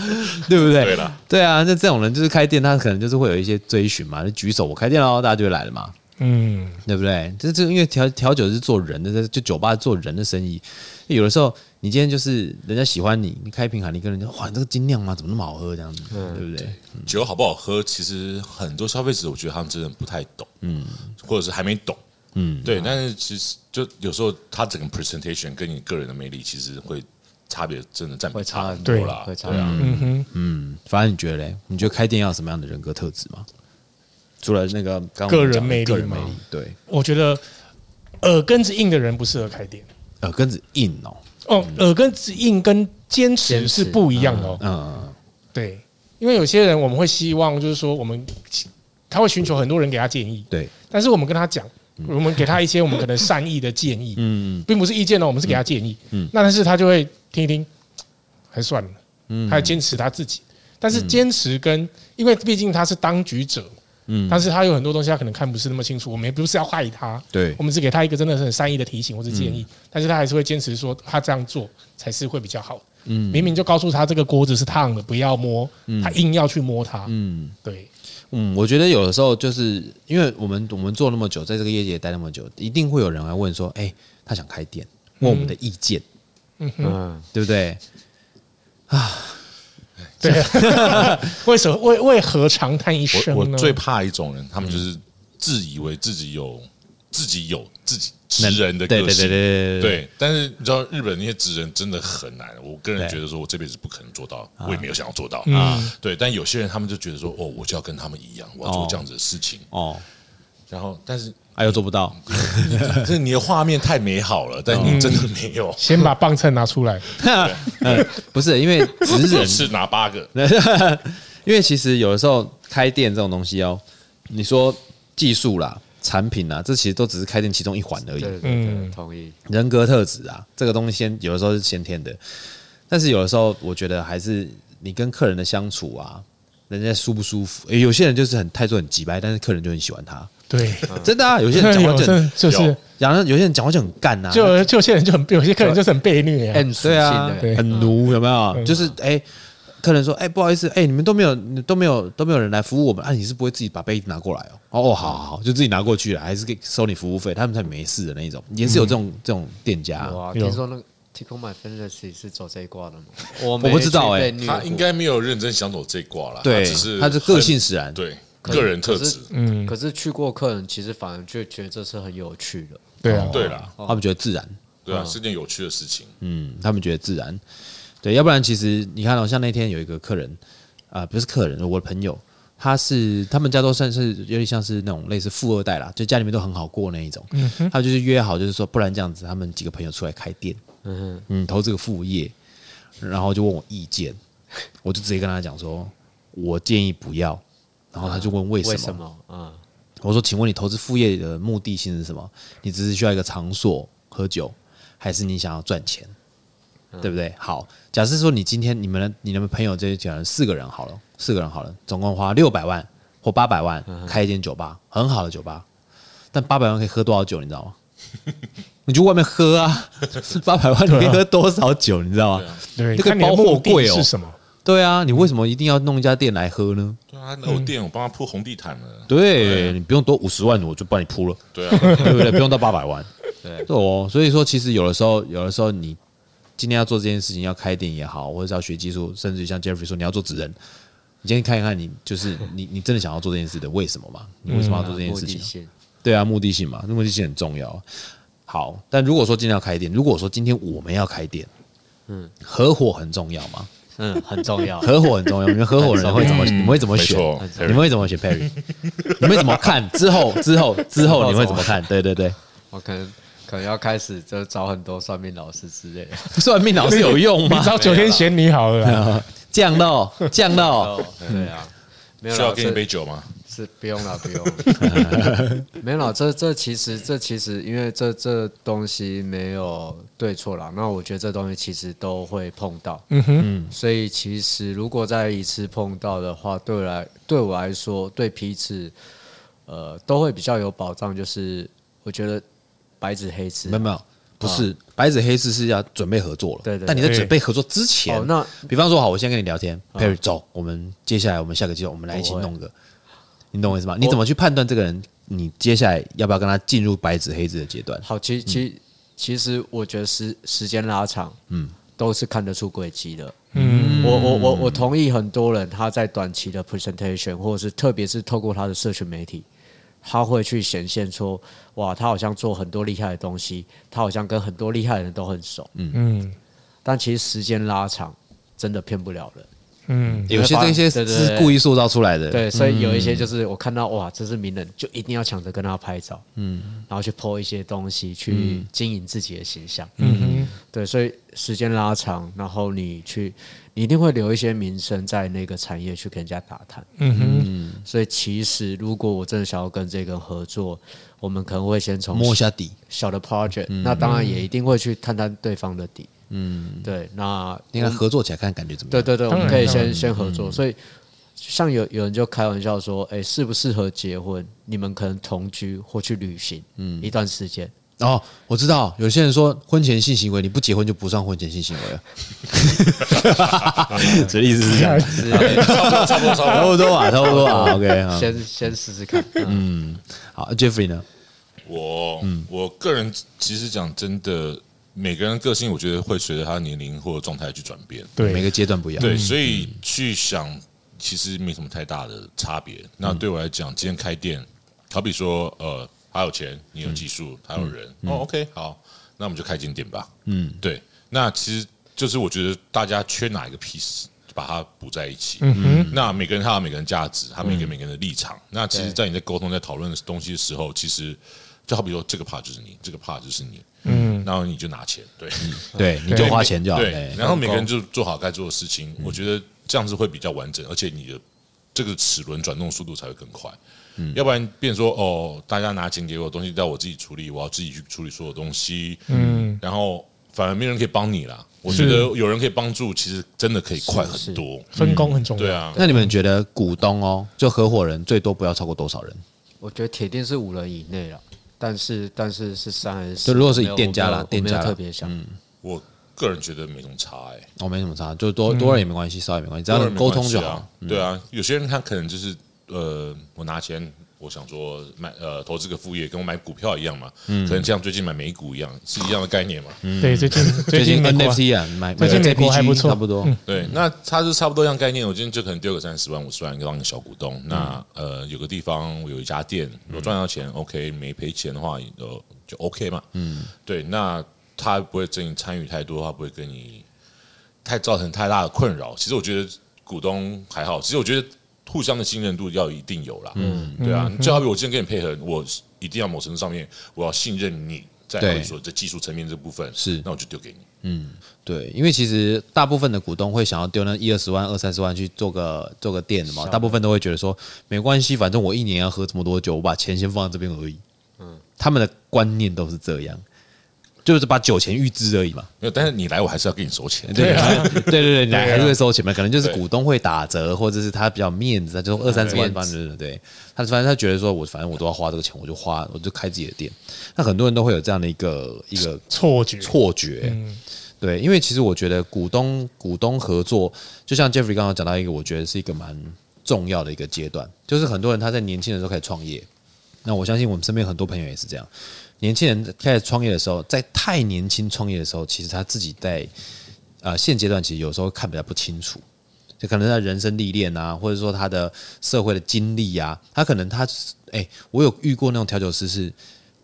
S1: 对不对？
S3: 对啦
S1: 对啊，那这种人就是开店，他可能就是会有一些追寻嘛，就举手我开店喽，大家就会来了嘛。
S2: 嗯，
S1: 对不对？这这因为调调酒是做人的，这就酒吧做人的生意。有的时候你今天就是人家喜欢你，你开一瓶海尼根，人家哇，你这个精酿嘛，怎么那么好喝这样子，对不对？
S3: 酒好不好喝，其实很多消费者我觉得他们真的不太懂，嗯，或者是还没懂，嗯，对。但是其实就有时候他整个 presentation 跟你个人的魅力其实会差别真的占比
S4: 会
S3: 差
S4: 差
S3: 很
S4: 很
S3: 多
S2: 多
S3: 啦，
S4: 会差
S3: 对啊。
S2: 嗯哼，
S1: 嗯，反正你觉得嘞？你觉得开店要什么样的人格特质吗？除了那个刚刚
S2: 个人
S1: 我们讲的
S2: 魅力
S1: 个人魅
S2: 吗
S1: 力，对，
S2: 我觉得耳根子硬的人不适合开店。
S1: 耳根子硬哦，
S2: 哦，耳根子硬跟坚持
S4: 坚
S2: 是
S4: 持
S2: 不一样的哦。
S1: 嗯，
S2: 对，因为有些人我们会希望，就是说我们他会寻求很多人给他建议，
S1: 对，
S2: 但是我们跟他讲，我们给他一些我们可能善意的建议，
S1: 嗯，
S2: 并不是意见哦，我们是给他建议。
S1: 嗯
S2: 那但是他就会听一听，还算了，
S1: 嗯
S2: 他还坚持他自己。但是坚持跟，因为毕竟他是当局者，
S1: 嗯
S2: 但是他有很多东西他可能看不是那么清楚，我们也不是要害他，
S1: 对嗯
S2: 我们只给他一个真的是很善意的提醒或者建议，但是他还是会坚持说他这样做才是会比较好。嗯，明明就告诉他这个锅子是烫的，不要摸，他硬要去摸它。嗯，对，
S1: 嗯，我觉得有的时候就是因为我们我们做那么久，在这个业界待那么久，一定会有人来问说，哎、他想开店，问我们的意见，
S4: 嗯，
S1: 对不对？
S2: 为什么为为何长叹一声
S3: 我
S2: 呢？
S3: 我最怕一种人，他们就是自以为自己有自己有自己职人的
S1: 对
S3: 个
S1: 对对
S3: 性。
S1: 对对，
S3: 对，但是你知道日本那些职人真的很难，我个人
S1: 对
S3: 觉得说我这辈子不可能做到，我也没有想要做到
S2: 啊
S3: 啊。对，但有些人他们就觉得说，哦，我就要跟他们一样，我要
S1: 嗯哦
S3: 做这样子的事情。
S1: 哦，
S3: 然后，但是
S1: 哎呦做不到，
S3: 这你的画面太美好了，但你真的没有，
S1: 嗯
S2: 先把棒秤拿出来。
S1: 呃不是因为职
S3: 只
S1: 人
S3: 是拿八
S1: 嗯
S3: 个，
S1: 因为其实有的时候开店这种东西哦，你说技术啦、产品啊啦，这其实都只是开店其中一环而已
S4: 对。对对
S2: 嗯
S4: 对，同意。
S1: 人格特质啊，这个东西先有的时候是先天的，但是有的时候我觉得还是你跟客人的相处啊，人家舒不舒服？诶有些人就是很态度很急白，但是客人就很喜欢他，
S2: 对，
S1: 真的啊。有些人讲话
S2: 有
S1: 就
S2: 这
S1: 很，
S2: 就是
S3: 有
S1: 然后有些人讲话就很干呐、啊，
S2: 就就有些人就很有些客人就是很被虐啊。
S4: M 属
S1: 对
S4: 性
S1: 啊
S4: 的，，
S1: 很
S3: 嗯
S1: 奴有没有？就是哎、客人说哎、不好意思，哎、你们都没有你都没有都没有人来服务我们，啊，你是不会自己把杯子拿过来哦？哦哦，好好好，就自己拿过去了，还是给收你服务费，他们才没事的那一种，也是有这种、这种店家、
S3: 嗯
S4: 哇，
S2: 有
S4: 听说那个 Tickle My Fantasy 是走这一挂的吗？我我
S1: 不知道欸
S3: 他应该没有认真想走这一卦啦，
S1: 对
S3: 他只是
S1: 他是个性使然
S3: 很对个人特质。
S2: 嗯
S4: 嗯，可是去过客人其实反而就觉得这是很有趣的。
S2: 对啊，
S3: 对啦，
S1: 他们觉得自然，
S3: 对啊，是件有趣的事情。
S1: 哦嗯，他们觉得自然，对，要不然其实你看哦，像那天有一个客人啊、不是客人，我的朋友。他是他们家都算是有点像是那种类似富二代啦，就家里面都很好过那一种。他就是约好，就是说不然这样子，他们几个朋友出来开店，
S4: 嗯
S1: 嗯，投这个副业，然后就问我意见，我就直接跟他讲说，我建议不要。然后他就问为什么？
S4: 哼，为什么？嗯，
S1: 我说，请问你投资副业的目的性是什么？你只是需要一个场所喝酒，还是你想要赚钱？对不对？好，假设说你今天你们的你们朋友这些人四个人好了，四个人好了，总共花六百万或八百万开一间酒吧，很好的酒吧，但八百万可以喝多少酒，你知道吗？ 你去外面喝啊， 八百万你可以喝多少酒，你知道吗？
S2: 对，啊
S1: 这个
S2: 看你的
S1: 包货
S2: 目的
S1: 柜哦
S2: 是什么？
S1: 对啊，你为什么一定要弄一家店来喝呢？
S3: 对啊，那我店我帮他铺红地毯了。
S1: 对你不用多五十万，我就帮你铺了。
S3: 对啊，
S1: 嗯对 不对？不用到八百万，
S4: 对
S1: 哦。所以说，其实有的时候，有的时候你今天要做这件事情，要开店也好，或者是要学技术，甚至于像 Jeffrey 说你要做职人，你先看一看你就是你你真的想要做这件事的为什么嘛？你为什么要做这件
S4: 目
S1: 事
S4: 的
S1: 情？
S4: 性，
S1: 对啊，目的性嘛，目的性很重要。好，但如果说今天要开店，如果说今天我们要开店，嗯，合伙很重要嘛？
S4: 嗯，很 重要。
S1: 合伙很重要，你们合伙人会怎么？你们会怎么选
S3: 没错？
S1: 你们会怎么选 Perry？你们会怎么看？之后之后之后你会怎么看？对对对。
S4: 我可能可能要开始就找很多算命老师之类的。
S1: 算命老师有用
S2: 你
S1: 吗？
S2: 找九天玄女好了
S1: 啊
S2: 啦。
S1: 降到降 到，
S4: 对啊，没有
S3: 哦需要
S4: 老
S3: 给你杯酒吗？
S4: 是不用 了，不用。没有啦，这这其实这其实因为这这东西没有对错啦。那我觉得这东西其实都会碰到，
S2: 嗯哼，
S4: 所以其实如果再一次碰到的话，对我来对我来说，对彼此呃都会比较有保障。就是我觉得白纸黑字
S1: 没有没有，不是白纸黑字是要准备合作了。
S4: 对对对
S1: 但你在准备合作之前
S4: 哦，那啊
S1: 比方说好，我先跟你聊天，Perry 走，我们接下来我们下个阶段我们来一起弄个，你懂我意思吗？你怎么去判断这个人？你接下来要不要跟他进入白纸黑字的阶段？
S4: 好，其其其实我觉得时时间拉长，嗯，都是看得出轨迹的。嗯，我我我我同意很多人他在短期的 presentation，或者是特别是透过他的社群媒体，他会去显现说，哇，他好像做很多厉害的东西，他好像跟很多厉害的人都很熟。嗯，
S2: 嗯
S4: 但其实时间拉长，真的骗不了人。
S2: 嗯，
S1: 有些这些
S4: 对对
S1: 是
S4: 对
S1: 故意塑造出来的。
S4: 对，所以有一些就是我看到哇，这是名人，就一定要抢着跟他拍照，嗯，然后去 po 一些东西去经营自己的形象，嗯对，所以时间拉长，然后你去，你一定会留一些名声在那个产业去跟人家打探，
S2: 嗯哼，
S4: 所以其实如果我真的想要跟这个人合作，我们可能会先从
S1: 摸一下嗯底，
S4: 小的 project，、那当然
S2: 嗯
S4: 也一定会去探探对方的底，嗯，对，那
S1: 应该嗯合作起来看感觉怎么
S4: 对
S1: 样？
S4: 对对，我
S2: 当
S4: 们
S2: 然
S4: 可以
S2: 当
S4: 先先合作。所以像有有人就开玩
S1: 嗯
S4: 笑说，哎，适不适合结婚？你们可能同居或去旅行一段时间，
S1: 哦，我知道，有些人说婚前性行为，你不结婚就不算婚前性行为了。这意思是这样，
S4: 是啊
S3: 差不多差不
S1: 差不
S3: 多。
S1: 多啊吧，差不多 吧。OK，好
S4: 先先试试看。嗯
S1: 好，Jeffrey 呢？
S3: 我
S1: 嗯
S3: 我个人其实讲真的，每个人个性，我觉得会随着他年龄或者状态去转变。
S1: 每
S2: 对，
S1: 个阶段不一样。
S3: 对，所以去想其实没什么太大的差别。那对我来讲，今天开店，好比说呃，他有钱，你有技术，还有人，哦，OK，好，那我们就开间店吧。嗯，对。那其实就是我觉得大家缺哪一个 piece。把它补在一起，嗯、那每个人他有每个人价值，他每个人每个人的立场。那其实，在你在沟通、在讨论的东西的时候，其实就好比说，这个 part 就是你，这个 part 就是你，嗯，然后你就拿钱，对，
S1: 对，你就花钱就好。
S3: 对
S1: 哎，嗯
S3: 然后每个人就做好该做的事情，我觉得这样子会比较完整，而且你的这个齿轮转动速度才会更快。
S1: 嗯
S3: 要不然变成说哦，大家拿钱给我东西，让我自己处理，我要自己去处理所有东西。嗯，然后反而没人可以帮你啦。我觉得有人可以帮助，其实真的可以快很多。
S2: 分工很重要。
S3: 对，啊，
S1: 那你们觉得股东哦，就合伙人最多不要超过多少人？
S4: 我觉得铁定是五人以内了，但是但是是三还是四？
S1: 就如果是以
S4: 我没有
S1: 店家啦
S4: 我没有
S1: 店家啦嗯
S4: 我没有特别想，
S3: 我个人觉得没什么差哎，
S1: 哦，没什么差，就多多人也没关系，少也没关系，只要
S3: 当
S1: 能
S3: 然没
S1: 沟
S3: 关
S1: 通
S3: 系
S1: 就好
S3: 啊。。对啊，有些人他可能就是呃，我拿钱。我想说买呃投资个副业，跟我买股票一样嘛，可能像最近买美股一样，是一样的概念嘛。
S2: 对，最近
S1: 最
S2: 最
S1: 近
S2: 近美国
S1: NFT 啊，买
S2: 最近美国还不错
S1: 差不多。
S3: 对，那它是差不多一样概念。我今天就可能丢个三十万、五十万，当个小股东。那呃，有个地方我有一家店，我赚到钱，OK，没赔钱的话，呃，就 OK 嘛。嗯，对，那他不会跟你参与太多，他不会跟你太造成太大的困扰。其实我觉得股东还好，其实我觉得互相的信任度要一定有啦。嗯，对啊，就好比我今天跟你配合，我一定要某程度上面我要信任你，在
S1: 对
S3: 或者说这技术层面这部分
S1: 是
S3: 那我就丢给你。
S1: 对，因为其实大部分的股东会想要丢那一二十万、二三十万去做个做个店的嘛，大部分都会觉得说没关系，反正我一年要喝这么多酒，我把钱先放在这边而已。嗯，他们的观念都是这样，就是把酒钱预支而 已嘛。
S3: 没有，但是你来，我还是要给你收钱。
S1: 对对对对，啊你还是会收钱嘛？可能就是股东会打折，或者是他比较面子，他就二三十万，
S4: 面
S1: 反正对他反正他觉得说我反正我都要花这个钱，我就花我就开自己的店。那很多人都会有这样的一个一个
S2: 错觉，
S1: 错觉。对，因为其实我觉得股东股东合作，就像 Jeffrey 刚刚讲到一个，我觉得是一个蛮重要的一个阶段，就是很多人他在年轻的时候开始创业。那我相信我们身边很多朋友也是这样，年轻人开始创业的时候，在太年轻创业的时候，其实他自己在呃现阶段其实有时候看比较不清楚，就可能他人生历练啊，或者说他的社会的经历啊，他可能他哎、我有遇过那种调酒师是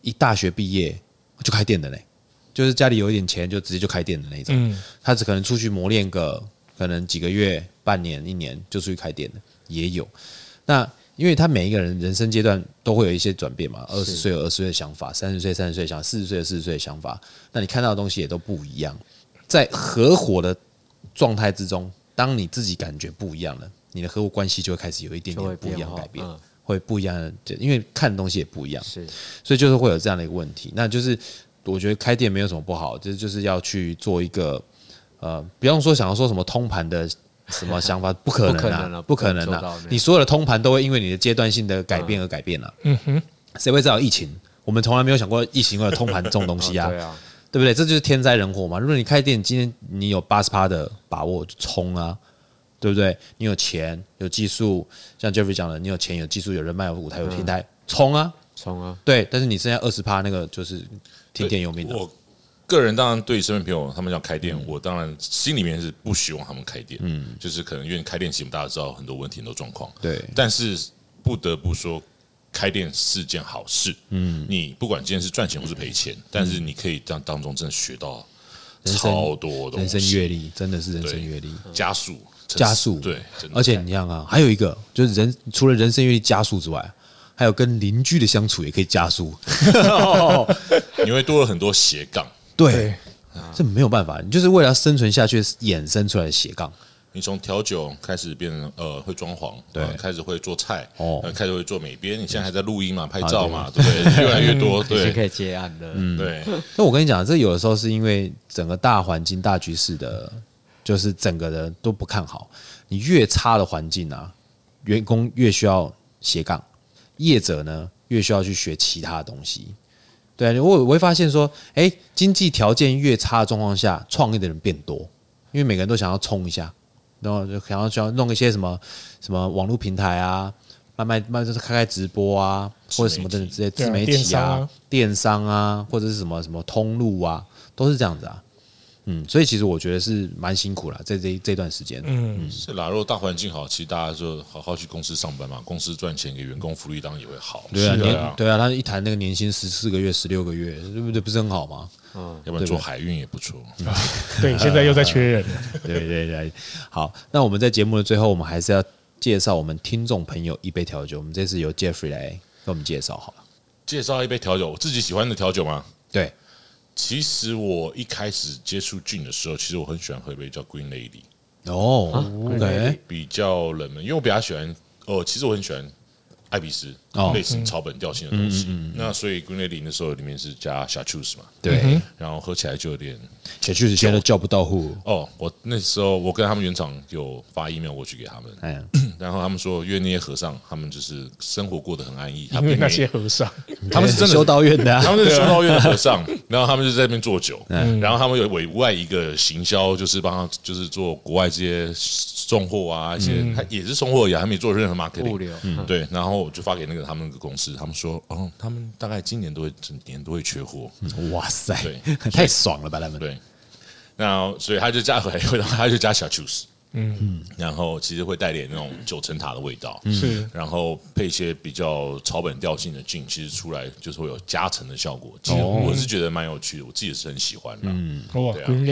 S1: 一大学毕业就开店的嘞，就是家里有一点钱就直接就开店的那种，
S2: 嗯
S1: 他只可能出去磨练个可能几个月、半年、一年就出去开店的也有。那因为他每一个人人生阶段都会有一些转变嘛，二十岁有二十岁的想法，三十岁三十岁的想法，四十岁有四十岁的想法，那你看到的东西也都不一样。在合伙的状态之中，当你自己感觉不一样了，你的合伙关系就会开始有一点
S4: 就会
S1: 点不一
S4: 变
S1: 样
S4: 化
S1: 改变
S4: 嗯，
S1: 会不一样的，因为看的东西也不一样。
S4: 是
S1: 所以就是会有这样的一个问题。那就是我觉得开店没有什么不好，就是就是要去做一个呃，不用说想要说什么通盘的什么想法，不可能啊，不
S4: 不
S1: 可
S4: 可能啊
S1: 能
S4: 不可能做到
S1: 啊
S4: 那样！
S1: 你所有的通盘都会因为你的阶段性的改变而改变了、嗯哼，谁会知道疫情？我们从来没有想过疫情会有通盘这种东西啊，
S4: 对啊，
S1: 对不对？这就是天灾人祸嘛。如果你开店，今天你有八十趴的把握就冲啊，对不对？你有钱，有技术，像 Jeffrey 讲的，你有钱、有技术、有人脉、有舞
S4: 嗯
S1: 台、有平台，冲啊！
S4: 冲啊！
S1: 对，但是你剩下二十趴那个就是听天由命的。嗯
S3: 我个人当然对身边朋友他们要开店，我当然心里面是不希望他们开店，嗯，就是可能因为开店，其实大家知道很多问题、很多状况，
S1: 对
S3: 但是不得不说，开店是件好事，嗯，你不管今天是赚钱或是赔钱，但是你可以当当中真的学到
S1: 嗯人生
S3: 超多东
S1: 人生
S3: 西，
S1: 阅历真的是人生
S3: 对
S1: 阅历
S3: 加速、
S1: 加速，
S3: 对，真的
S1: 而且你看啊，还有一个就是人除了人生阅历加速之外，还有跟邻居的相处也可以加速。
S3: 你会多了很多斜杠。
S1: 对，这没有办法，你就是为了要生存下去衍生出来的斜杠。
S3: 你从调酒开始变成呃会装潢，
S1: 对
S3: 呃开始会做菜，
S1: 哦
S3: 呃，开始会做美编，你现在还在录音嘛，拍照嘛，对不对？越来越多，
S4: 已经
S3: 对
S4: 可以接案了。嗯，
S3: 对，
S1: 那我跟你讲，这有的时候是因为整个大环境、大局势的，就是整个人都不看好。你越差的环境啊，员工越需要斜杠，业者呢越需要去学其他东西。对啊，我我会发现说，哎，经济条件越差的状况下，创业的人变多，因为每个人都想要冲一下，然后就想要想要弄一些什么什么网络平台啊，慢慢慢慢就是开开直播啊，或者什么等等之类
S2: 对啊
S1: 自媒
S2: 电
S1: 体
S2: 商
S1: 啊
S2: 啊、
S1: 电商啊，或者是什么什么通路啊，都是这样子啊。嗯，所以其实我觉得是蛮辛苦啦，在这这段时间，
S2: 嗯，
S3: 是啦，如果大环境好，其实大家就好好去公司上班嘛，公司赚钱给员工福利当然也会好。
S1: 对啊，
S3: 是
S1: 年对啊，他一谈那个年薪十四个月、十六个月，对不对？不是很好 吗？
S3: 要不然做海运也不错。
S2: 对，现在又在缺人了，
S1: 对对对，好，那我们在节目的最后，我们还是要介绍我们听众朋友一杯调酒。我们这次由 Jeffrey 来给我们介绍好了。
S3: 介绍一杯调酒，我自己喜欢的调酒吗？
S1: 对，
S3: 其实我一开始接触菌的时候，其实我很喜欢喝一杯叫 Green Lady，
S1: 哦、o k
S3: 比较冷门，因为我比较喜欢哦，其实我很喜欢艾比斯、
S1: 哦嗯
S3: 类似草本调性的东西。那所以 Green Lady 那时候里面是加 c h a t u s 嘛，
S2: 嗯
S1: 对，
S3: 然后喝起来就有点
S1: 小确实现在都叫不到户。
S3: 哦，我那时候我跟他们原厂有发 email 过去给他们，
S1: 哎呀，
S3: 然后他们说，因为那些和尚他们就是生活过得很 安逸，他
S2: 因
S3: 们
S2: 为
S3: 并没
S2: 那些和尚，
S3: 他 们是真的
S1: 修道院的、
S3: 他
S1: 啊，
S3: 们是修道院的和尚，
S4: 啊
S3: 然后他们就在那边做酒，
S4: 嗯
S3: 然后他们有委外一个行销，就是帮他就是做国外这些送货啊，一些他也是送货而已啊，他们也做任何 marketing
S4: 嗯
S3: 嗯
S4: 物流嗯
S3: 对，然后我就发给那个他们那个公司，他们说，哦，他们大概今年都会整年都会缺货，
S1: 哇塞
S3: 对，
S1: 太爽了吧他们。
S3: 对，那所以他就加回来，他就加小 juice，嗯，然后其实会带点那种九层塔的味道，
S2: 是
S3: 然后配一些比较草本调性的劲，其实出来就是会有加成的效果。其实我是觉得蛮有趣的，我自己也是很喜欢的。哦嗯，
S2: 哇
S3: 对啊
S2: ，Green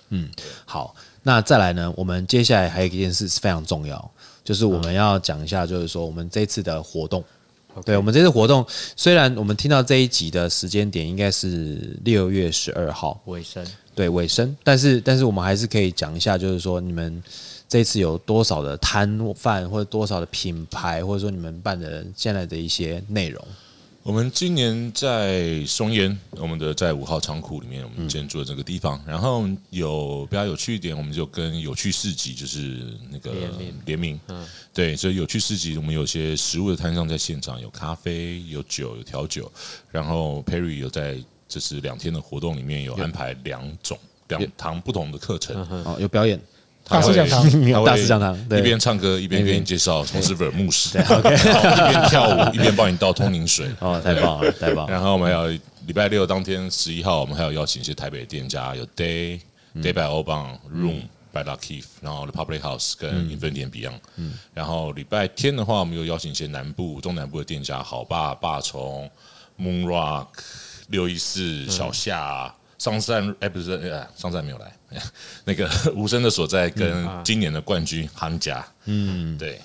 S2: Lady，
S1: 好，那再来呢？我们接下来还有一件事是非常重要，就是我们要讲一下，就是说我们这次的活动。对我们这次活动，虽然我们听到这一集的时间点应该是六月十二号，
S4: 尾声
S1: 对尾声，但是但是我们还是可以讲一下，就是说你们这一次有多少的摊贩，或者多少的品牌，或者说你们办的现在的一些内容。
S3: 我们今年在松烟，我们的在五号仓库里面，我们今天住的这个地方，然后有比较有趣一点，我们就跟有趣市集就是那个
S4: 联名嗯
S3: 联名，对，所以有趣市集，我们有些食物的摊商在现场，有咖啡，有酒，有调酒，然后 Perry 有在这是两天的活动里面有安排两种两堂不同的课程，
S4: 嗯
S1: 哦，有表演，
S2: 大师讲堂，
S3: 他会
S1: 大师讲堂对
S3: 一边唱歌一边给你介绍从事 Vermouth，一边跳舞一边帮你倒通灵水。
S1: 哦，太棒了，太棒了。
S3: 然后我们还有礼拜六当天十一号，我们还有邀请一些台北的店家，有 Day、Day by Obon、Room by Lucky，然后 The Public House 跟
S1: 嗯
S3: Infinity and Beyond。然后礼拜天的话，我们有邀请一些南部、中南部的店家，好爸、霸虫、Moon Rock、六一
S1: 嗯
S3: 四、小夏。上善哎，不是，哎上善没有来，那个 无声的所在
S1: 嗯
S3: 跟
S1: 啊
S3: 今年的冠军韩甲，嗯，对，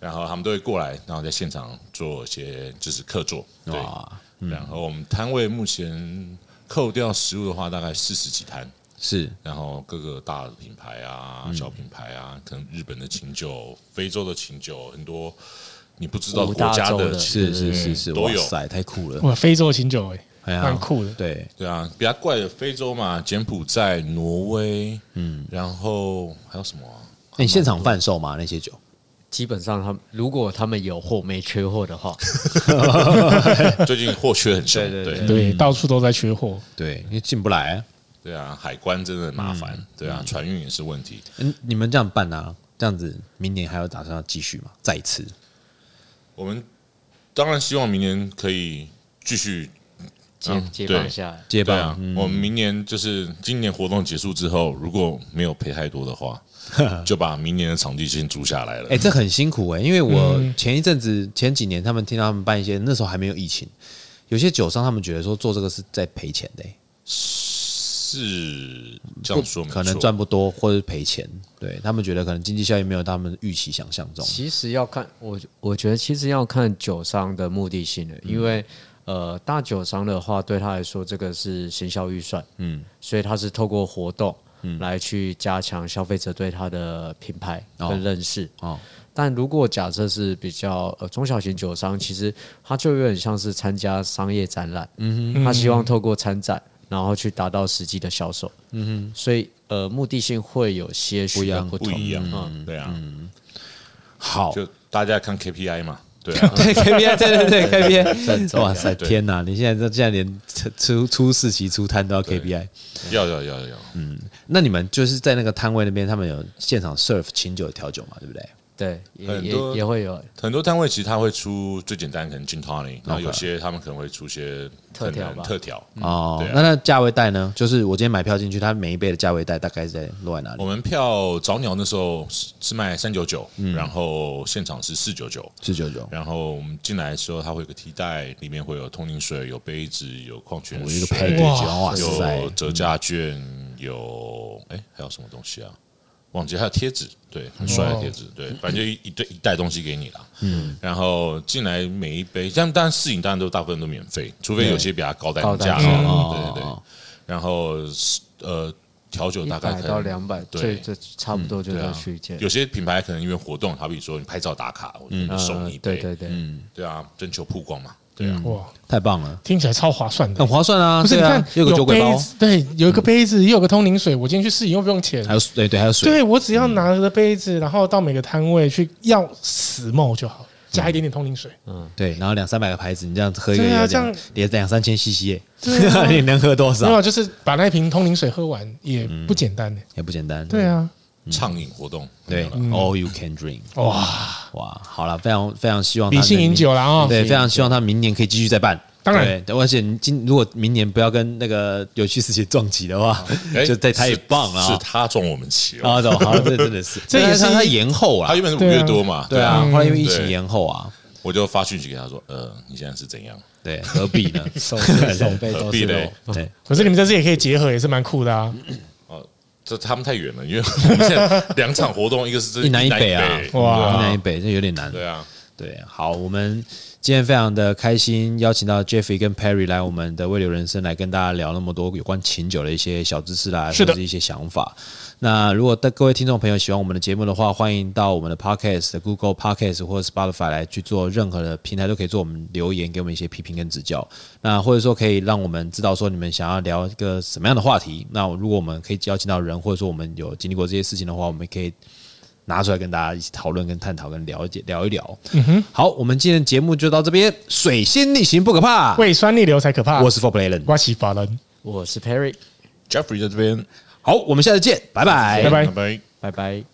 S3: 然后他们都会过来，然后在现场做一些就是客座，对，
S1: 哇，
S4: 嗯
S3: 然后我们摊位目前扣掉食物的话，大概四十几摊。
S1: 是
S3: 然后各个大的品牌
S4: 嗯
S3: 啊、小品牌啊，可能日本的琴酒、非洲的琴酒，很多你不知道
S4: 五
S3: 国
S4: 大
S3: 家
S4: 洲
S3: 的
S4: 的
S3: 琴，
S1: 是是是是，
S3: 嗯
S1: 哇
S3: 都有
S1: 塞，太酷了，
S2: 哇，非洲琴酒哎，
S1: 哎呀
S2: 蛮酷的，
S1: 对，
S3: 对啊，比较怪的非洲嘛，柬埔寨、挪威，嗯，然后还有什么啊？
S1: 哦那你现场贩售吗？那些酒？
S4: 基本上他们如果他们有货没缺货的话，
S3: 最近货缺很凶，
S4: 对对
S3: 对
S2: 对，到处都在缺货，
S1: 对，因为进不来啊。
S3: 对啊，海关真的很麻
S4: 嗯
S3: 烦，对啊，船运也是问题。
S1: 嗯，你们这样办啊？这样子，明年还有打算要继续吗？再一次？
S3: 我们当然希望明年可以继续
S4: 解
S3: 嗯
S4: 解
S3: 对
S4: 放下来。
S1: 接
S3: 对
S1: 棒？
S3: 啊，我们明年就是今年活动结束之后，如果没有赔太多的话，就把明年的场地先租下来了。
S1: 哎、这很辛苦哎、因为我
S3: 嗯
S1: 前一阵子、前几年，他们听到他们办一些，那时候还没有疫情，有些酒商他们觉得说做这个是在赔钱的、欸，
S3: 是这样说没错，
S1: 可能赚不多或者赔钱，对他们觉得可能经济效益没有他们预期想象中。
S4: 其实要看我，我觉得其实要看酒商的目的性的，因为呃，大酒商的话，对他来说这个是行销预算，嗯，所以他是透过活动来去加强消费者对他的品牌跟认识。
S1: 哦，
S4: 但如果假设是比较呃中小型酒商，其实他就有点像是参加商业展览，嗯哼，他希望透过参展，然后去达到实际的销售，嗯哼，所以呃目的性会有些许的
S3: 不
S4: 不同，
S3: 一样
S4: 嗯，
S3: 对啊，
S1: 好，
S3: 就大家看 KPI 嘛，对啊，
S1: 对 KPI，对对对
S4: 真
S1: KPI，
S4: 重要
S1: 哇塞，
S3: 对
S1: 天哪！你现在这现在连出出出四期出摊都要 KPI，
S3: 要要要要，
S1: 那你们就是在那个摊位那边，他们有现场 serve 清酒调酒嘛，对不对？
S4: 对，也
S3: 很
S4: 也
S3: 多
S4: 也会有
S3: 很多单位其实他会出最简单，可能 gin tonic，然后
S1: OK
S3: 有些他们可能会出些
S4: 特调
S3: 很难
S4: 吧
S3: 特调。
S2: 嗯
S1: 哦
S3: 对，啊
S1: 那那价位带呢？就是我今天买票进去，它每一杯的价位带大概是在落在哪里？
S2: 哦
S3: 我们票早鸟那时候是是卖三九九，然后现场是四九九，
S1: 四九九，
S3: 然后我们进来的时候，它会有个提袋，里面会有通灵水、有杯子、有矿泉
S1: 我一个配
S3: 水
S1: 对，
S2: 哇
S1: 酒，哇塞
S3: 有，折价券，有哎还有什么东西啊？忘记还有贴纸，对，很帅的贴纸，
S4: 嗯
S3: 对，反正就一一堆一袋东西给你啦。嗯，然后进来每一杯，像当然试饮当然都大部分都免费，除非有些比较高单价，
S4: 高单价
S3: 对
S1: 哦
S3: 对对。然后呃，调酒
S4: 一
S3: 大概
S4: 百
S3: 可能
S4: 到两百，
S3: 对
S4: 最这差不多就
S3: 对
S4: 这
S3: 啊
S4: 个区间。
S3: 有些品牌可能因为活动，好比说你拍照打卡，我就送你一杯，
S4: 嗯，对对对，
S3: 对啊，征求曝光嘛，对啊，
S2: 哇，
S1: 太棒了，
S2: 听起来超划算的
S1: 很。划算啊！
S2: 不是，
S1: 对
S2: 你
S1: 啊
S2: 看
S1: 又有个酒鬼
S2: 杯
S1: 包，
S2: 子，对，有一个杯子，也有个通灵水，我进去试饮又不用钱
S1: 还。有对对，还有水，
S2: 对我只要拿着杯子，然后到每个摊位去要死冒就好，加一点点通灵水。
S1: 对，然后两三百个牌子，你这样喝一个
S2: 对啊
S1: 有
S2: 这样
S1: 两也两三千 CC，
S2: 对 啊
S1: 你能喝多
S2: 没
S1: 少？
S2: 有，就是把那一瓶通灵水喝完也不简单呢。
S1: 也不简单，
S2: 对啊，嗯
S3: 畅饮活动，
S1: 对
S3: 没有啦
S1: ，All you can drink，
S2: 哇，
S1: 哇，好了，非常非常希望他
S2: 理性
S1: 能明
S2: 饮酒啦啊
S1: 对，非常希望他明年可以继续再办。
S2: 当然
S1: 对，而且你今如果明年不要跟那个有趣事情撞击的话，
S3: 哎
S1: 就对他也棒了
S3: 是
S1: 啊
S3: 是他中我们旗哦，
S1: 啊！懂，好，这真的 是，
S2: 这也是
S1: 但他他
S2: 一
S1: 延后
S3: 他
S1: 了
S3: 原，本是五
S2: 对啊
S3: 月多嘛，
S1: 对啊，后来因为疫情
S3: 对
S1: 延后啊，
S3: 我就发讯息给他说，呃，你现在是怎样？
S1: 对，何必呢？
S4: 手背手背
S3: 何
S4: 都
S3: 必
S4: 是
S3: 嘞
S4: 肉。
S1: 对，
S2: 可是你们在这也可以结合，也是蛮酷的啊。
S3: 这他们太远了，因为我们现在两场活动，一个是这
S1: 一南一北啊，
S2: 哇
S1: 一南一北，这有点难。
S3: 对啊，
S1: 对，好，我们今天非常的开心，邀请到 Jeffrey 跟 Perry 来我们的未流人生来跟大家聊那么多有关琴酒的一些小知识啦，
S2: 是的
S1: 或者一些想法。那如果的各位听众朋友喜欢我们的节目的话，欢迎到我们的 Podcast、Google Podcast 或者 Spotify 来去做任何的平台都可以做我们留言，给我们一些批评跟指教。那或者说可以让我们知道说你们想要聊一个什么样的话题。那如果我们可以邀请到人，或者说我们有经历过这些事情的话，我们可以拿出来跟大家一起讨论、跟探讨、跟了解聊一聊。嗯哼，好，我们今天的节目就到这边。水星逆行不可怕，
S2: 胃酸逆流才可怕。
S1: 我是 For p l a y l a n
S2: 瓜西法人，
S4: 我是 Perry，
S3: ，Jeffrey 在这边，
S1: 好，我们下次见，拜拜
S2: 拜拜
S3: 拜。
S4: 拜拜。